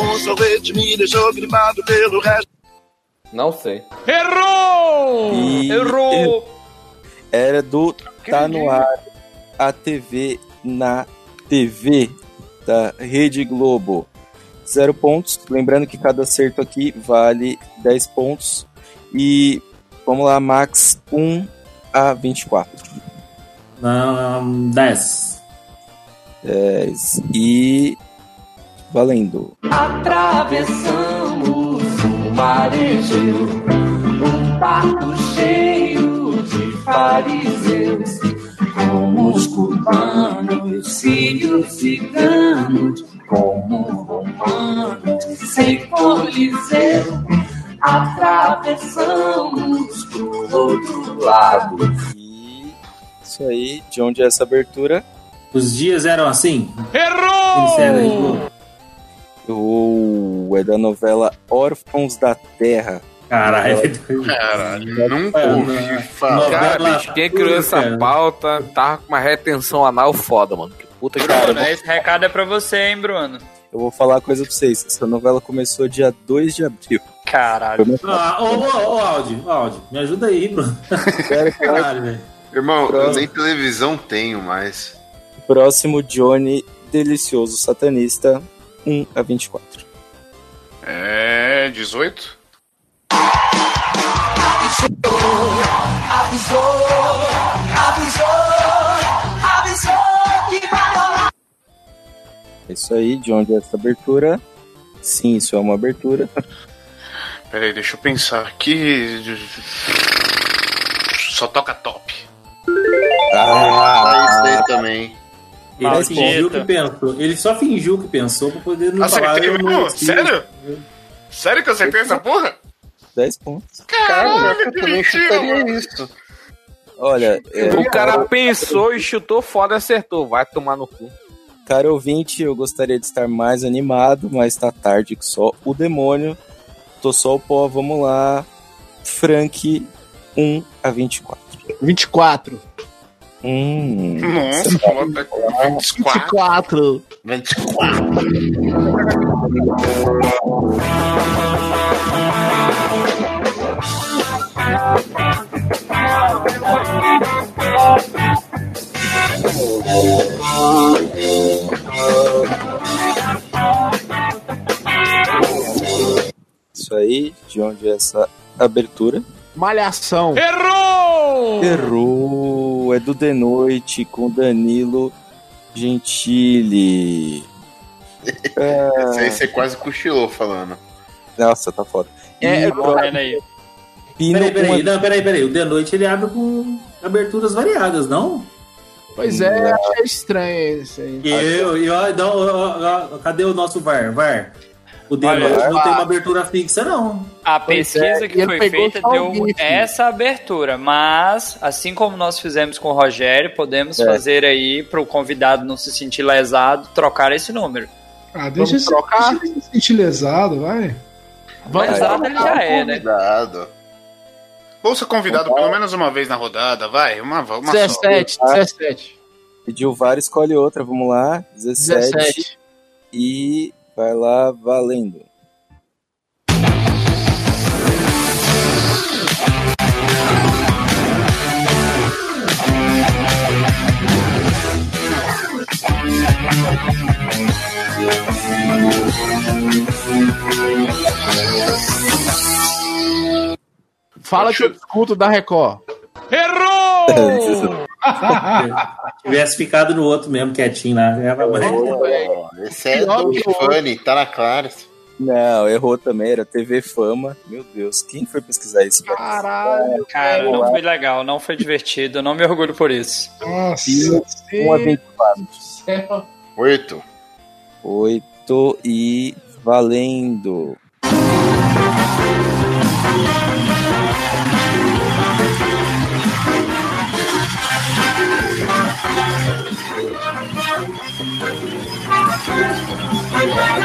O sorvete me deixou gripado pelo resto.
Não sei.
Errou!
E-
Errou!
Era do Tá no ar a TV na TV da Rede Globo. Zero pontos. Lembrando que cada acerto aqui vale 10 pontos. E vamos lá, Max, 1 a 24.
Ahn, 10.
10. E valendo.
Atravessamos o marejeu, um barco cheio de fariseus, como os cubanos, sírios, ciganos, como romanos, sem coliseu. Atravessamos pro outro lado.
E isso aí, de onde é essa abertura?
Os dias eram assim?
Errou!
Ou é da novela Órfãos da Terra.
Caralho.
Caralho, nunca
É,
ouvi
não.
falar.
Novela
Cara, bicho, quem criou essa
turca.
pauta tava com uma retenção anal foda, mano. Que puta que pariu.
Bruno, esse recado é pra você, hein, Bruno?
Eu vou falar uma coisa pra vocês. Essa novela começou dia 2 de abril.
Caralho.
Foi muito
Ah, Ô, ô, ô, Aldi, ô, Aldi, me ajuda aí, Bruno.
sério, cara.
Caralho, velho.
Irmão, eu nem televisão tenho mais.
Próximo, Johnny, delicioso satanista, 1 a 24.
É, 18?
Avisou, avisou, avisou que vai rolar.
É isso aí, de onde é essa abertura? Sim, isso é uma abertura.
Peraí, deixa eu pensar aqui. Só toca top.
Ah, isso aí também.
Ele
Maldito.
fingiu que pensou. Ele só fingiu que pensou pra poder não falar.
Acertei
eu não
mesmo?
fiz.
Sério? Sério que eu acertei essa porra?
10 pontos.
Cara,
Caralho,
eu
que
também
mentira, mano.
chutaria isso.
Olha, é,
O cara pensou e chutou foda e acertou. Vai tomar no cu.
Cara ouvinte, eu gostaria de estar mais animado, mas tá tarde que só o demônio. Tô só o pó, vamos lá. Frank 1 a 24.
24.
Hum.
Nossa, coloca com 24.
24.
24.
de onde é essa abertura.
Malhação.
Errou! Errou! É do The Noite com Danilo Gentili.
Essa aí você quase cochilou falando.
Nossa, tá foda.
É,
E
eu tô vendo aí.
Pino
peraí, peraí,
com-
não, peraí, peraí. O The Noite ele abre com aberturas variadas, não?
Pois é, achei estranho isso aí.
Ah,
E eu,
tá.
e ó, não, ó, ó, cadê o nosso VAR? VAR? O The
Olha,
Noite não
VAR.
tem uma abertura fixa, não.
A
Pois é,
pesquisa
e
que
ele
foi
pegou
feita
só o
deu
ritmo.
essa abertura, mas assim como nós fizemos com o Rogério, podemos
É.
fazer aí para o convidado não se sentir lesado, trocar esse número.
Ah, deixa
Vamos
esse deixa ele se sentir lesado, vai.
Vamos
lá,
Lesado ele já é, né?
Convidado.
Ou ser convidado pelo menos uma vez na rodada, vai. Uma, uma só.
17.
Pediu VAR, escolhe outra. Vamos lá. 17.
17.
E vai lá, valendo.
Fala que eu escuto da Record.
Errou! Tivesse ficado no outro mesmo, quietinho lá. né?
Esse é do Fanny, tá na clara.
Não, errou também. Era TV Fama. Meu Deus, quem foi pesquisar isso? velho?
Caralho,
Cara, não foi legal, não foi divertido, não me orgulho por isso.
Um abençoado.
Céu.
Oito. Oito e valendo.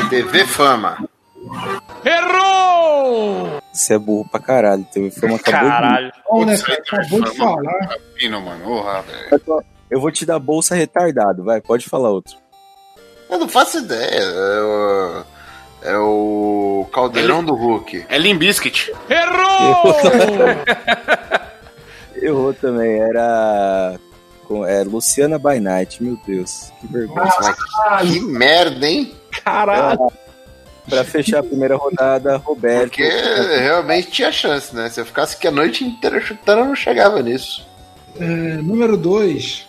TV Fama.
Errou!
Você é burro pra caralho. TV Fama acabou de...
Bom, né, cara? Acabou de falar.
Pino, mano. Porra, velho.
Eu vou te dar bolsa retardado, vai, pode falar outro.
Eu não faço ideia. É o, é o Caldeirão do Hulk.
É Limbiskit.
Errou! Errou também, era. com- É Luciana by Night, meu Deus, que vergonha.
que merda, hein?
Caralho! Pra fechar a primeira rodada, Roberto.
Porque realmente tinha chance, né? Se eu ficasse aqui a noite inteira chutando, eu não chegava nisso.
É, número 2.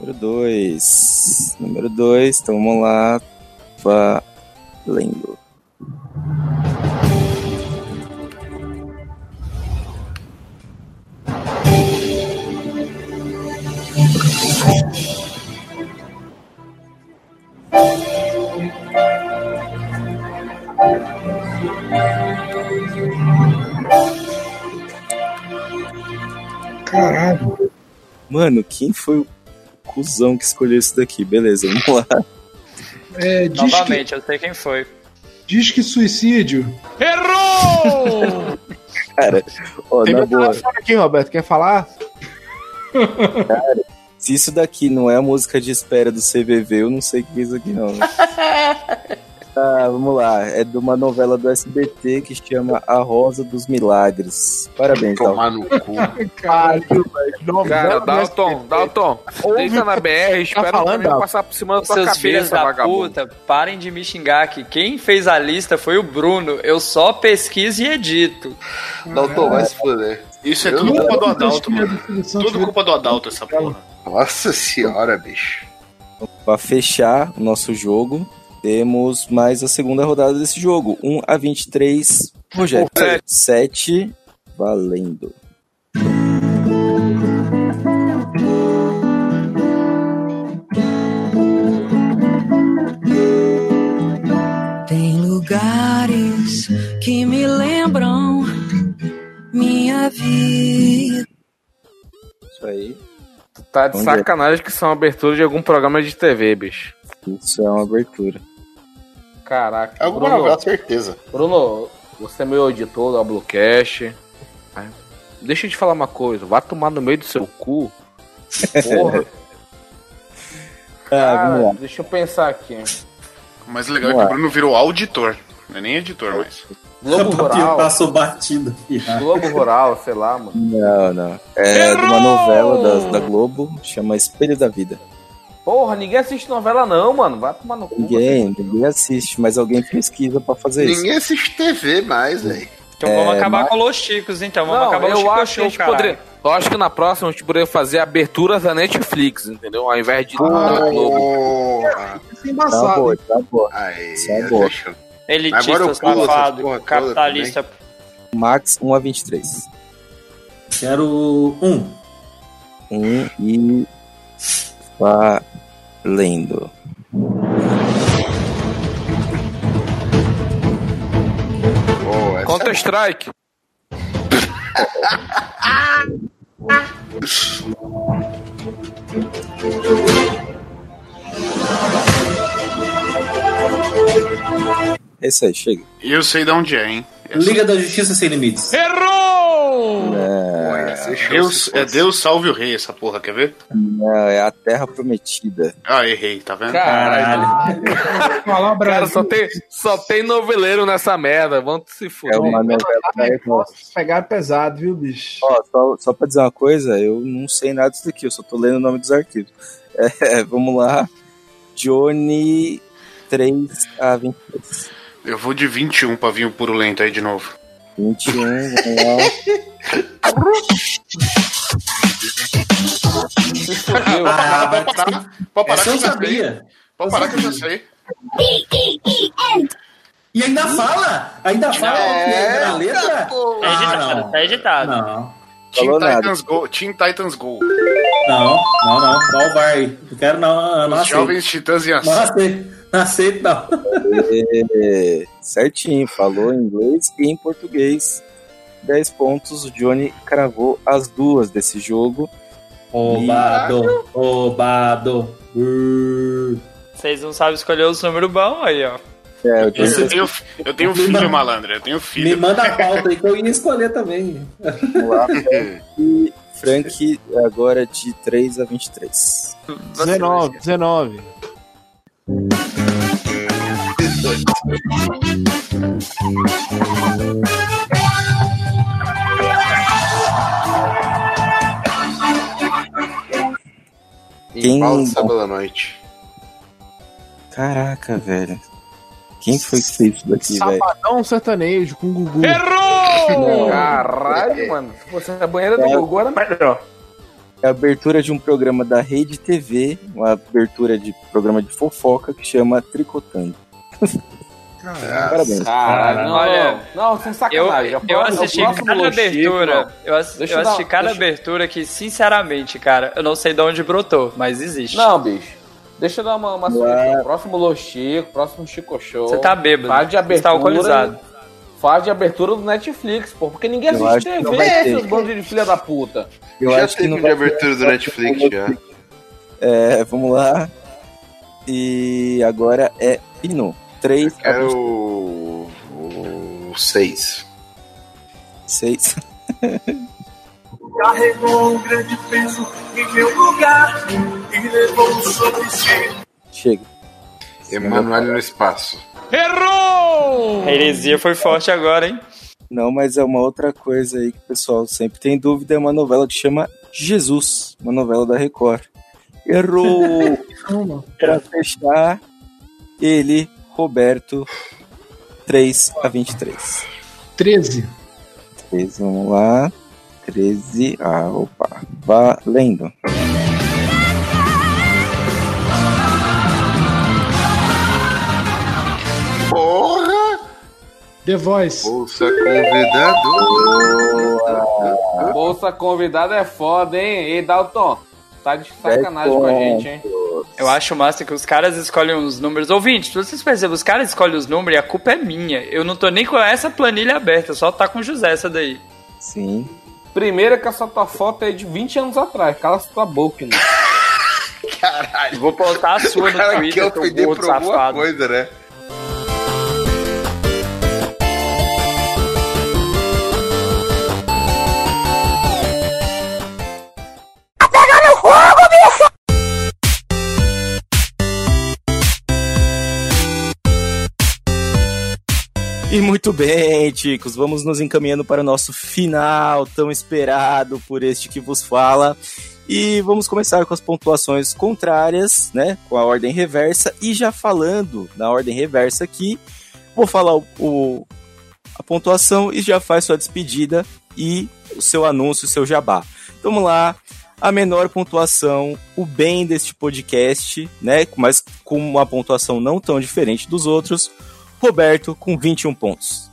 Número 2. Número 2, então vamos lá. Valendo.
Caralho.
Mano, quem foi o cuzão que escolheu isso daqui? Beleza, vamos lá.
É, diz, que,
Novamente, eu sei quem foi.
diz que suicídio.
Errou!
Cara, ó,
Tem
na
meu
boa.
telefone aqui, Roberto. Quer falar?
Cara, se isso daqui não é a música de espera do CVV, eu não sei o que é isso aqui não. né? Ah, vamos lá. É de uma novela do SBT que chama A Rosa dos Milagres. Parabéns, Tomar
no cu.
Caralho, velho.
Cara,
né?
Dalton, Dalton, deita na BR, espera o caminhão passar por cima da tua
Seus filhos
cabeça,
da
vagabundo.
puta, parem de me xingar aqui. Quem fez a lista foi o Bruno. Eu só pesquiso e edito.
Dalton, vai se fuder.
Isso é
Eu
tudo
não-
culpa do
eu
Adalto,
é
mano. Tudo culpa do Adalto, essa porra.
Nossa senhora, bicho.
Pra fechar o nosso jogo, temos mais a segunda rodada desse jogo. 1 a 23. Rogério, 7. Valendo.
Tem lugares que me lembram minha vida.
Isso aí.
Tá de
Onde é?
sacanagem que são abertura de algum programa de TV, bicho.
Isso é uma abertura.
Caraca.
Alguma novela, certeza.
Bruno, você é meu auditor da Bluecast. Ah, Deixa eu te falar uma coisa. Vá tomar no meio do seu cu. Porra.
Cara, Ah, vamos lá.
deixa eu pensar aqui.
O mais legal é que
Vamos
o
lá.
Bruno virou auditor. Não é nem editor mais.
Globo
tá
Rural.
Passou batido. tá?
Globo Rural, sei lá, mano.
Não, não. É de uma novela da, da Globo, chama Espelho da Vida.
Porra, ninguém assiste novela não, mano. Vai tomar no cu.
Ninguém, ninguém assiste, mas alguém pesquisa pra fazer isso.
Ninguém assiste TV mais, velho.
Então vamos
É,
acabar
mas-
com os Chicos, assim, então. Vamos
Não,
acabar com o
eu
Chico
acho que a
Show,
gente
cara.
poderia. Eu acho que na próxima a gente poderia fazer aberturas da Netflix, entendeu? Ao invés de.
Ah,
da Ah,
Ah,
Globo.
Tá
boa, tá boa.
Isso
é boa.
Elitista,
Agora eu pulo essas porra
safado,
toda
capitalista.
Max 1 a 23.
Quero 1.
1 e. Valendo. é.
Counter Strike.
É isso aí, chega.
E eu sei de onde é, hein?
Liga da Justiça Sem Limites.
Errou!
É,
Deus, é Deus salve o rei, essa porra, quer ver?
não, é a Terra Prometida.
Ah, errei, tá vendo?
Caralho.
Cara, só tem, só tem noveleiro nessa merda. Vamos se fuder.
É uma novela da Record.
Pegaram pesado, viu, bicho?
Ó, só, só pra dizer uma coisa, eu não sei nada disso daqui, eu só tô lendo o nome dos arquivos. É, vamos lá. Johnny 3 a 23.
Eu vou de 21 pra vir o purulento aí de novo.
21, vamos lá.
Ah, vai parar. Pode parar que eu já sei. Pode parar que eu já sei.
E ainda fala? Ainda fala
É,
a letra?
pô.
Ah,
Editado,
não.
Tá editado.
Não.
Teen
Falou nada.
Titans Go. Teen Titans Go.
Não, não, não. Só o bar aí. Não quero não. eu Não
Os
aceito.
jovens titãs em
Não
ação.
aceito. Não aceito, não.
É, certinho, falou em inglês e em português. 10 pontos, o Johnny cravou as duas desse jogo.
Roubado, roubado. Uh.
Vocês não sabem escolher os números bons aí, ó.
É, o
Esse
Johnny
eu tenho, eu tenho um
Me manda-
filho, malandro. Eu tenho filho.
Me manda a pauta aí que eu ia escolher também.
Vamos lá, Frank, Frank agora de 3 a 23.
19, 19.
Quem-
Em Paulo sábado à noite.
Caraca, velho. Quem foi que fez isso daqui, velho?
Sabadão sertanejo com Gugu.
Errou!
Não.
É.
Caralho, mano. Se fosse a banheira do Gugu, era melhor.
É a abertura de um programa da Rede TV, uma abertura de programa de fofoca que chama Tricotando.
É,
Parabéns.
Caralho, não,
Olha,
não, sem
Eu,
sacanagem. A
eu
próxima-
assisti
o próximo
cada
Lua Chico,
abertura.
mano.
Eu, ass-
Deixa
eu
eu dar-
assisti cada
deixa-
abertura que, sinceramente, cara, eu não sei de onde brotou, mas existe.
Não, bicho. Deixa eu dar uma, uma
é.
sugestão. Próximo Lô Chico, próximo Chico Show.
Você tá bêbado.
Faz de
Você tá
abertura.
alcoolizado.
Faz de abertura do Netflix, pô. Porque ninguém
Eu
assiste
acho que não
TV,
vai ter.
esses bandos de filha da puta.
Eu
já
acho que
teve
não
um de
vai-
abertura do Netflix já.
É, vamos lá. E agora é Pino. 3
Era
a
o. o 6.
26.
Carregou um grande peso em meu lugar e levou um sobre si.
Chega.
Emanuel no espaço.
Errou! A heresia foi forte agora, hein?
Não, mas é uma outra coisa aí que o pessoal sempre tem dúvida. É uma novela que chama Jesus, uma novela da Record. Errou! pra fechar, ele, Roberto, 3 a 23.
13.
13, vamos lá. 13, ah, opa, valendo.
Porra!
The Voice.
Bolsa convidado.
Ah.
Bolsa convidada é foda, hein? Ei, Dalton, tá
É
de sacanagem com a gente, hein?
Eu acho massa que os caras escolhem os números. Ouvintes, vocês percebem, os caras escolhem os números e a culpa é minha. Eu não tô nem com essa planilha aberta, só tá com o José essa daí.
Sim.
Primeiro que essa tua foto é de 20 anos atrás. Cala tua boca, né?
Caralho.
Vou postar a sua
O
no
cara quer
Twitter, teu
ofender
gordo
por alguma
safado.
coisa, né?
E muito bem, chicos, vamos nos encaminhando para o nosso final tão esperado por este que vos fala. E vamos começar com as pontuações contrárias, né? Com a ordem reversa. E já falando na ordem reversa aqui, vou falar o, o- a pontuação e já faz sua despedida e o seu anúncio, o seu jabá. Então, Vamos lá. A menor pontuação, o bem deste podcast, né? Mas com uma pontuação não tão diferente dos outros. Roberto com 21 pontos.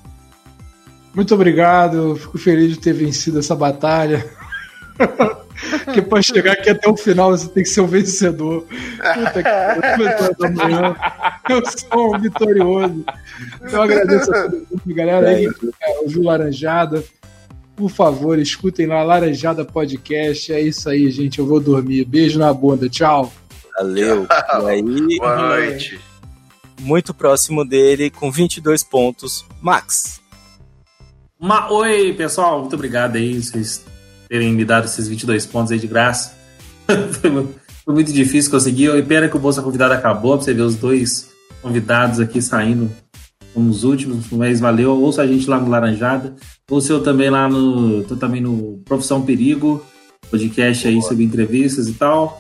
Muito obrigado, fico feliz de ter vencido essa batalha. Porque pra chegar aqui até o final você tem que ser um vencedor. Puta que pariu, da manhã. Eu sou um vitorioso. Então, Eu agradeço a todo mundo, galera. Aí, cara, ouviu Laranjada. Por favor, escutem lá Laranjada Podcast. É isso aí, gente. Eu vou dormir. Beijo na bunda. Tchau.
Valeu. E aí,
Boa noite.
muito próximo dele, com 22 pontos, Max.
Ma- Oi, pessoal, muito obrigado aí vocês terem me dado esses 22 pontos aí de graça. foi, mu- foi muito difícil conseguir. E pena que o Bolsa Convidado acabou, pra você ver os dois convidados aqui saindo como os últimos, mas valeu. Ouça a gente lá no Laranjada, ouça eu também lá no. Tô também no Profissão Perigo, podcast aí sobre entrevistas e tal.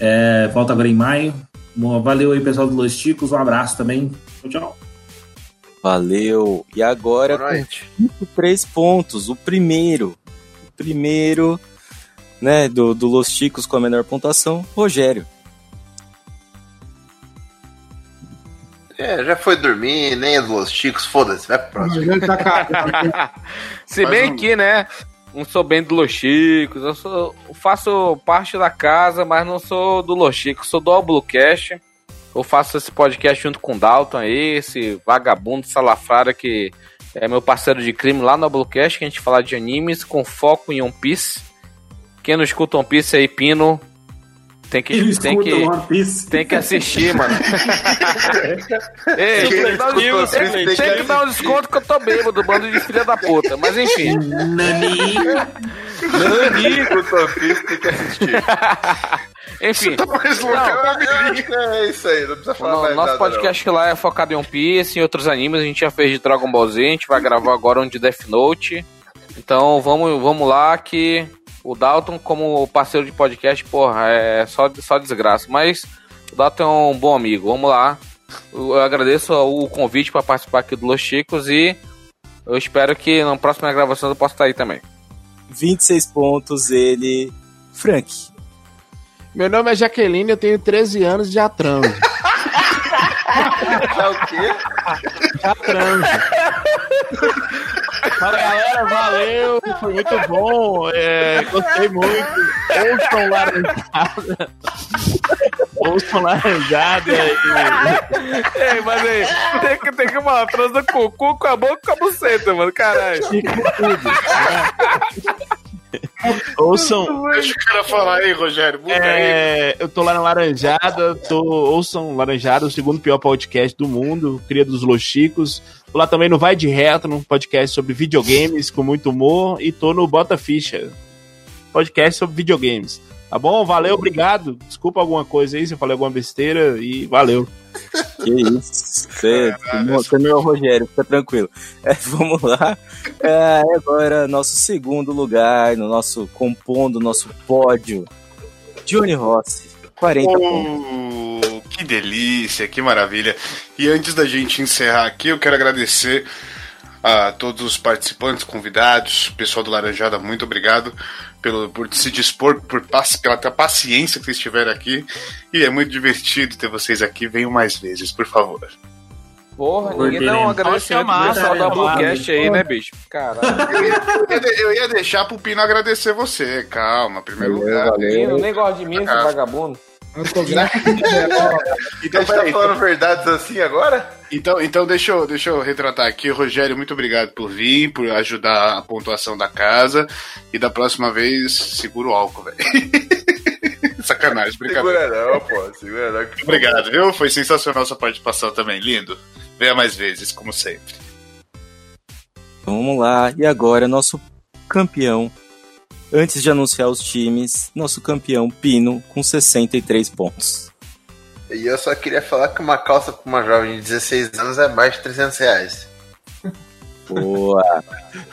É, volta agora em maio. Bom, valeu aí, pessoal do Los Ticos. Um abraço também. Tchau, tchau.
Valeu. E agora com 23 pontos, o primeiro. O primeiro, né, do, do Los Chicos com a menor pontuação, Rogério.
É, já foi dormir, nem os Los Chicos, foda-se, vai pro próximo.
Se bem que, né? Não sou bem do Los Chicos, eu sou, eu faço parte da casa, mas não sou do Los Chicos, sou do Albucast. Eu faço esse podcast junto com o Dalton aí, esse vagabundo salafrário que é meu parceiro de crime lá no Albucast, que a gente fala de animes com foco em One Piece. Quem não escuta One Piece aí, Pino, tem que,
Ele
tem
escuta
que,
One Piece.
tem que assistir, mano. Ei,
Quem
tem que
não
dar um
escuta
desconto,
One
tem-
Piece
tem que dar um desconto que eu tô bêbado, bando de filha da puta. Mas enfim.
Nani.
Nani. Enfim.
Tá mais louco, é, é isso aí, não precisa falar
Não,
mais
nosso
nada,
podcast lá é focado em One Piece, em outros animes. A gente já fez de Dragon Ball Z, a gente vai gravar agora um de Death Note. Então vamos, vamos lá que o Dalton, como parceiro de podcast, porra, é só, só desgraça. Mas o Dalton é um bom amigo, vamos lá. Eu agradeço o convite para participar aqui do Los Chicos e eu espero que na próxima gravação eu possa estar aí também.
26 pontos, ele, Frank.
Meu nome é Jaqueline, eu tenho 13 anos e já transo.
Já Ah, o quê?
Já transo. Fala galera, valeu, foi muito bom, é, gostei muito. Ouçam laranjada. Ouçam laranjada.
Ei, mas aí, tem que, tem que uma transa com o cu, com a boca e com a buceta, mano, caralho.
né?
Ouçam.
Deixa o cara falar aí, Rogério. Muda aí.
É, eu tô lá na Laranjada, tô, ouçam Laranjada, o segundo pior podcast do mundo, cria dos Lochicos. Tô lá também no Vai de Reto, num podcast sobre videogames com muito humor, e tô no Bota Ficha, podcast sobre videogames. Tá bom? Valeu, obrigado. Desculpa alguma coisa aí se eu falei alguma besteira e valeu.
Que isso. Você você não é o Rogério, fica tranquilo. É, vamos lá. É, agora, nosso segundo lugar, no nosso compondo, nosso pódio, Johnny Rossi, 40
É.
pontos.
Oh, que delícia, que maravilha. E antes da gente encerrar aqui, eu quero agradecer a todos os participantes, convidados, pessoal do Laranjada, muito obrigado pelo, por se dispor, por, paci- pela paciência que vocês tiveram aqui. E é muito divertido ter vocês aqui. Venham mais vezes, por favor.
Porra,
Por
ninguém dá um
queremos.
agradecimento
Pode chamar,
pro pessoal
cara,
da Bluecast
chamar.
aí, né, bicho? Caralho.
Eu ia- Eu ia deixar pro Pino agradecer você, calma, em primeiro
Valeu,
lugar.
valeu. Pino, nem gosta de mim, esse vagabundo.
Então,
tá falando
verdades assim agora? Então, então deixa, eu, deixa eu retratar aqui. Rogério, muito obrigado por vir, por ajudar a pontuação da casa. E da próxima vez, segura o álcool, velho. Sacanagem, brincadeira.
Segura não, pô, segura não. que-
Obrigado, viu? Foi sensacional sua participação também, lindo. Venha mais vezes, como sempre.
Então, vamos lá. E agora, nosso campeão, antes de anunciar os times, nosso campeão Pino, com 63 pontos.
E eu só queria falar que uma calça pra uma jovem de 16 anos é mais de 300 reais.
Boa!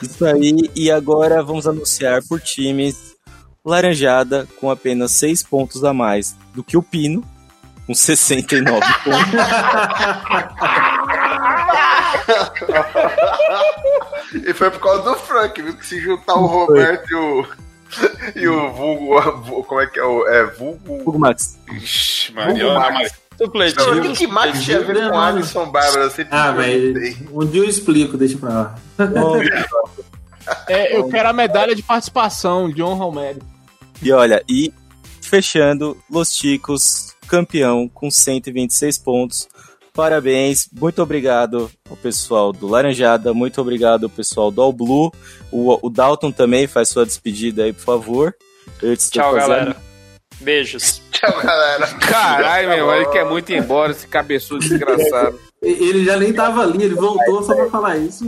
Isso aí, e agora vamos anunciar por times Laranjada com apenas 6 pontos a mais do que o Pino, com 69 pontos.
E foi por causa do Frank, viu? Que se juntar o Roberto e o. E o Vulgo. Como é que é o. É Vulgo.
Vulgo Max.
Ixi,
Vulgo Max.
Não, o que que Max tinha a ver com Alisson Bárbara? Eu sempre
Ah, mas um dia eu explico, deixa pra lá.
É, eu quero a medalha de participação, John Romero.
E olha, e fechando, Los Chicos, campeão com 126 pontos. Parabéns, muito obrigado ao pessoal do Laranjada, muito obrigado ao pessoal do All Blue. O, o Dalton também faz sua despedida aí, por favor. Antes de eu
Tchau,
fazer-
galera. Beijos.
Tchau, galera.
Caralho, meu, irmão, ele quer muito ir embora, esse cabeçudo desgraçado.
Ele já nem tava ali, ele voltou só pra falar isso.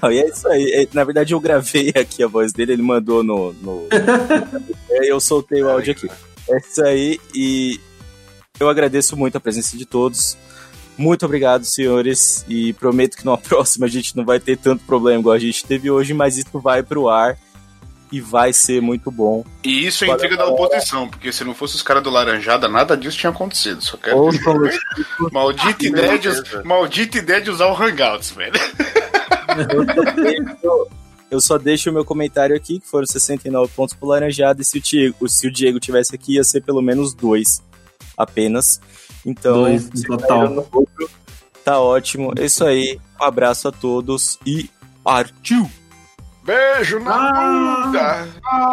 Não, e é isso aí. É, Na verdade, eu gravei aqui a voz dele, ele mandou no. no... É, eu soltei o áudio aqui. É isso aí, e eu agradeço muito a presença de todos. Muito obrigado, senhores, e prometo que numa próxima a gente não vai ter tanto problema igual a gente teve hoje, mas isso vai pro ar e vai ser muito bom.
E isso é intriga da oposição, porque se não fosse os caras do Laranjada, nada disso tinha acontecido. Só quero... maldita, ideia de, maldita ideia de usar o Hangouts, velho.
Eu só deixo o meu comentário aqui, que foram 69 pontos pro Laranjada, e se o Diego, se o Diego tivesse aqui, ia ser pelo menos dois apenas. Então,
Dois,
se
total.
caíram no outro, tá ótimo. É isso aí. Um abraço a todos e partiu!
Beijo né? na bunda.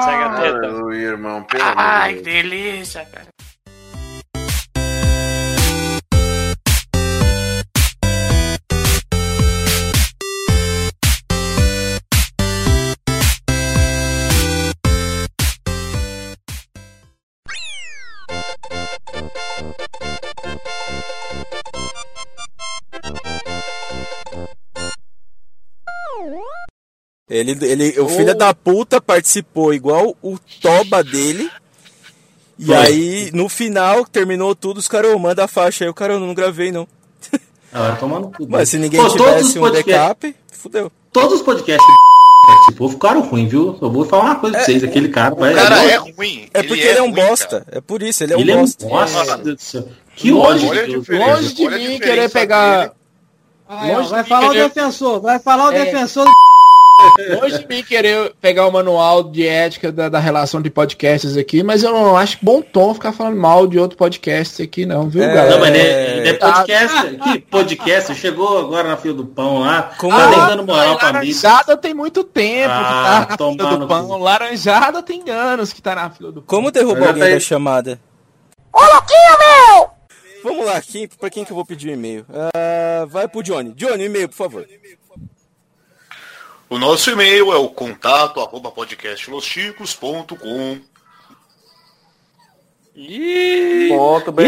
Segue a teta.
Aleluia, irmão. Pelo amor
Ai,
de
que
Deus.
delícia, cara.
Ele, ele,
Oh.
o filho da puta participou igual o toba dele. E
Foi.
aí, no final, terminou tudo, os caras, "Ô, manda a faixa aí. O cara, eu não gravei, não.
Ah, tomando tudo.
Mas se ninguém tivesse um backup, fudeu.
Todos os podcasts participou ficaram ruins, viu? Eu vou falar uma coisa pra vocês, aquele cara. vai-
ruim.
É porque ele, é um bosta. É por isso, ele é um
Ele é um
bosta.
bosta. Que ódio.
Olha a
Deus.
diferença.
Longe de mim querer pegar.
Aí, ó,
Longe
vai
de
falar o
querer-
defensor, vai falar o
É.
defensor
Longe de mim querer pegar o manual de ética da, da relação de podcasts aqui, mas eu não acho bom tom ficar falando mal de outro podcast aqui, não, viu, galera?
Não, mas ele é, ele é
Ah,
podcaster. Que podcaster? Chegou agora na fila do pão lá.
Como
tá
é?
nem dando moral pra mim.
Laranjada tem muito tempo
Ah,
que tá na
tomar
fila
no
do pão. Laranjada tem anos que tá na fila do pão.
Como
É
derrubar alguém da chamada?
Ô, Louquinho,
Vamos lá, quem, pra quem que eu vou pedir o e-mail? Ah, vai pro Johnny. Johnny, e-mail, por favor.
O nosso e-mail é o contato arroba podcastlosticos.com.
Ponto BR,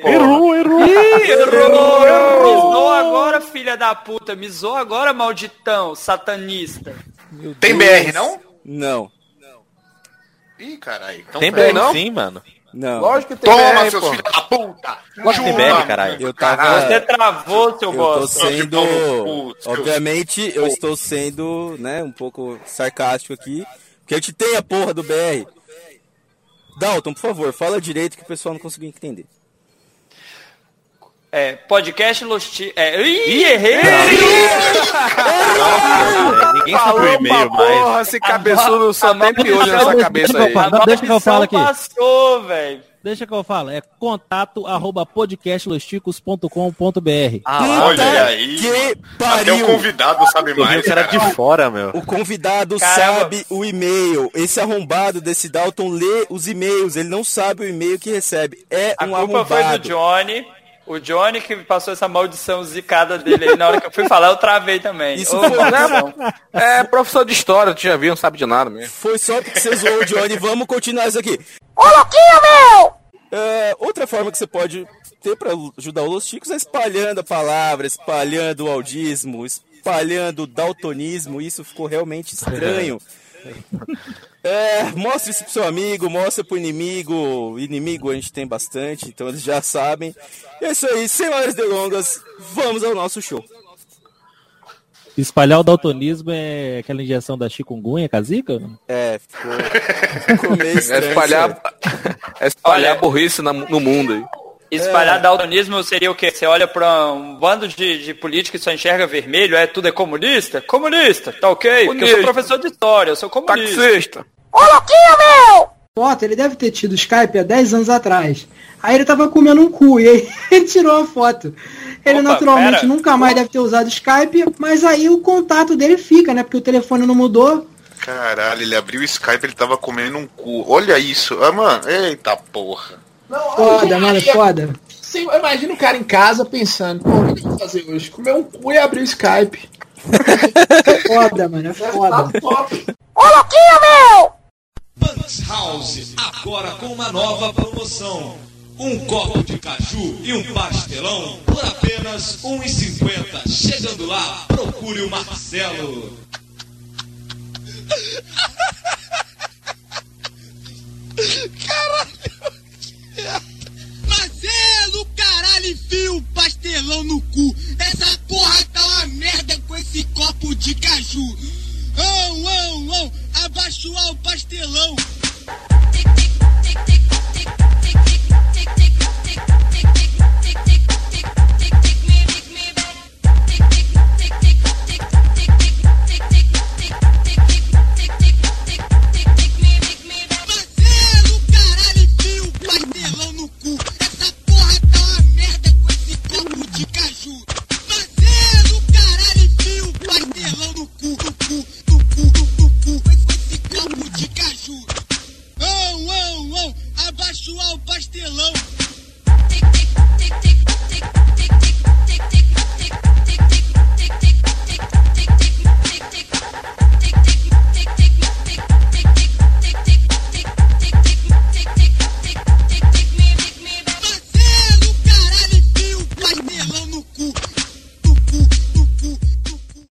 pô.
errou. errou, errou. Me zoou agora, filha da puta. Me zoou agora, malditão, satanista.
Tem BR, não?
Não.
Ih, caralho. Então
Tem
pera.
BR, não?
Sim, mano.
Não.
Lógico que tem
Toma,
BR,
seus
pô.
filhos da puta!
Lógico que tem
Jura,
BR, caralho.
Eu tava-
Caralho,
Você
travou, seu
Ah, Eu tô
é bosta.
sendo. Obviamente, eu estou sendo, né, um pouco sarcástico aqui. Porque a gente tem a porra do BR. Dalton, por favor, fala direito que o pessoal não conseguiu entender.
É, podcast Losti... É, ih, errei!
Ninguém sabe o e-mail mais.
Porra, esse cabeçudo só tem piolho nessa cabeça aí.
Deixa que eu falo aqui.
Passou, velho.
Deixa que eu falo. É contato arroba podcastlosticos.com.br.
Ah,
Ah,
Olha aí. Até o convidado sabe
vi o
mais.
cara de
fora, meu.
O convidado
Caramba.
sabe o e-mail. Esse arrombado desse Dalton lê os e-mails. Ele não sabe o e-mail que recebe. É
Tá
A
um
culpa foi do
arrombado.
Johnny. O Johnny que passou essa maldição zicada dele aí. Na hora que eu fui falar, eu travei também.
Isso
Ô,
foi-
maldição.
É professor de história, tu já viu, não sabe de nada mesmo.
Foi só porque você zoou o Johnny. Vamos continuar isso aqui.
Ô, louquinho,
meu! outra forma que você pode ter pra ajudar os Chicos é espalhando a palavra, espalhando o audismo, espalhando o daltonismo. Isso ficou realmente estranho. É, mostre isso pro seu amigo, mostra pro inimigo. Inimigo a gente tem bastante, então eles já sabem. E É isso aí, sem mais delongas, vamos ao nosso show.
Espalhar o daltonismo é aquela injeção da chikungunya, casica?
É, ficou, ficou meio
É
estranho.
espalhar, é espalhar burrice na- no mundo aí.
Espalhar daltonismo seria o quê? Você olha pra um bando de, de políticos e só enxerga vermelho, é tudo é comunista? Comunista, tá ok? Porque eu sou
Comunista.
professor de história, eu
Tá
sou comunista.
Taxista.
Ô, louquinho, meu! Foto, ele deve ter tido Skype há 10 anos atrás. Aí ele tava comendo um cu e aí ele tirou a foto. Ele
Opa,
naturalmente
pera.
nunca mais deve ter usado Skype, mas aí o contato dele fica, né? Porque o telefone não mudou.
Caralho, ele abriu o Skype, ele tava comendo um cu. Olha isso. Ah, mano, eita porra.
Foda, mano, é foda.
Sim, imagina o cara em casa pensando, pô, o que eu vou fazer hoje? Comer um cu e abrir o Skype. um
Foda, mano, é foda.
Ô, louquinho,
Pants House, agora com uma nova promoção. Um copo de caju e um pastelão por apenas 1,50. Chegando lá, procure o Marcelo.
tá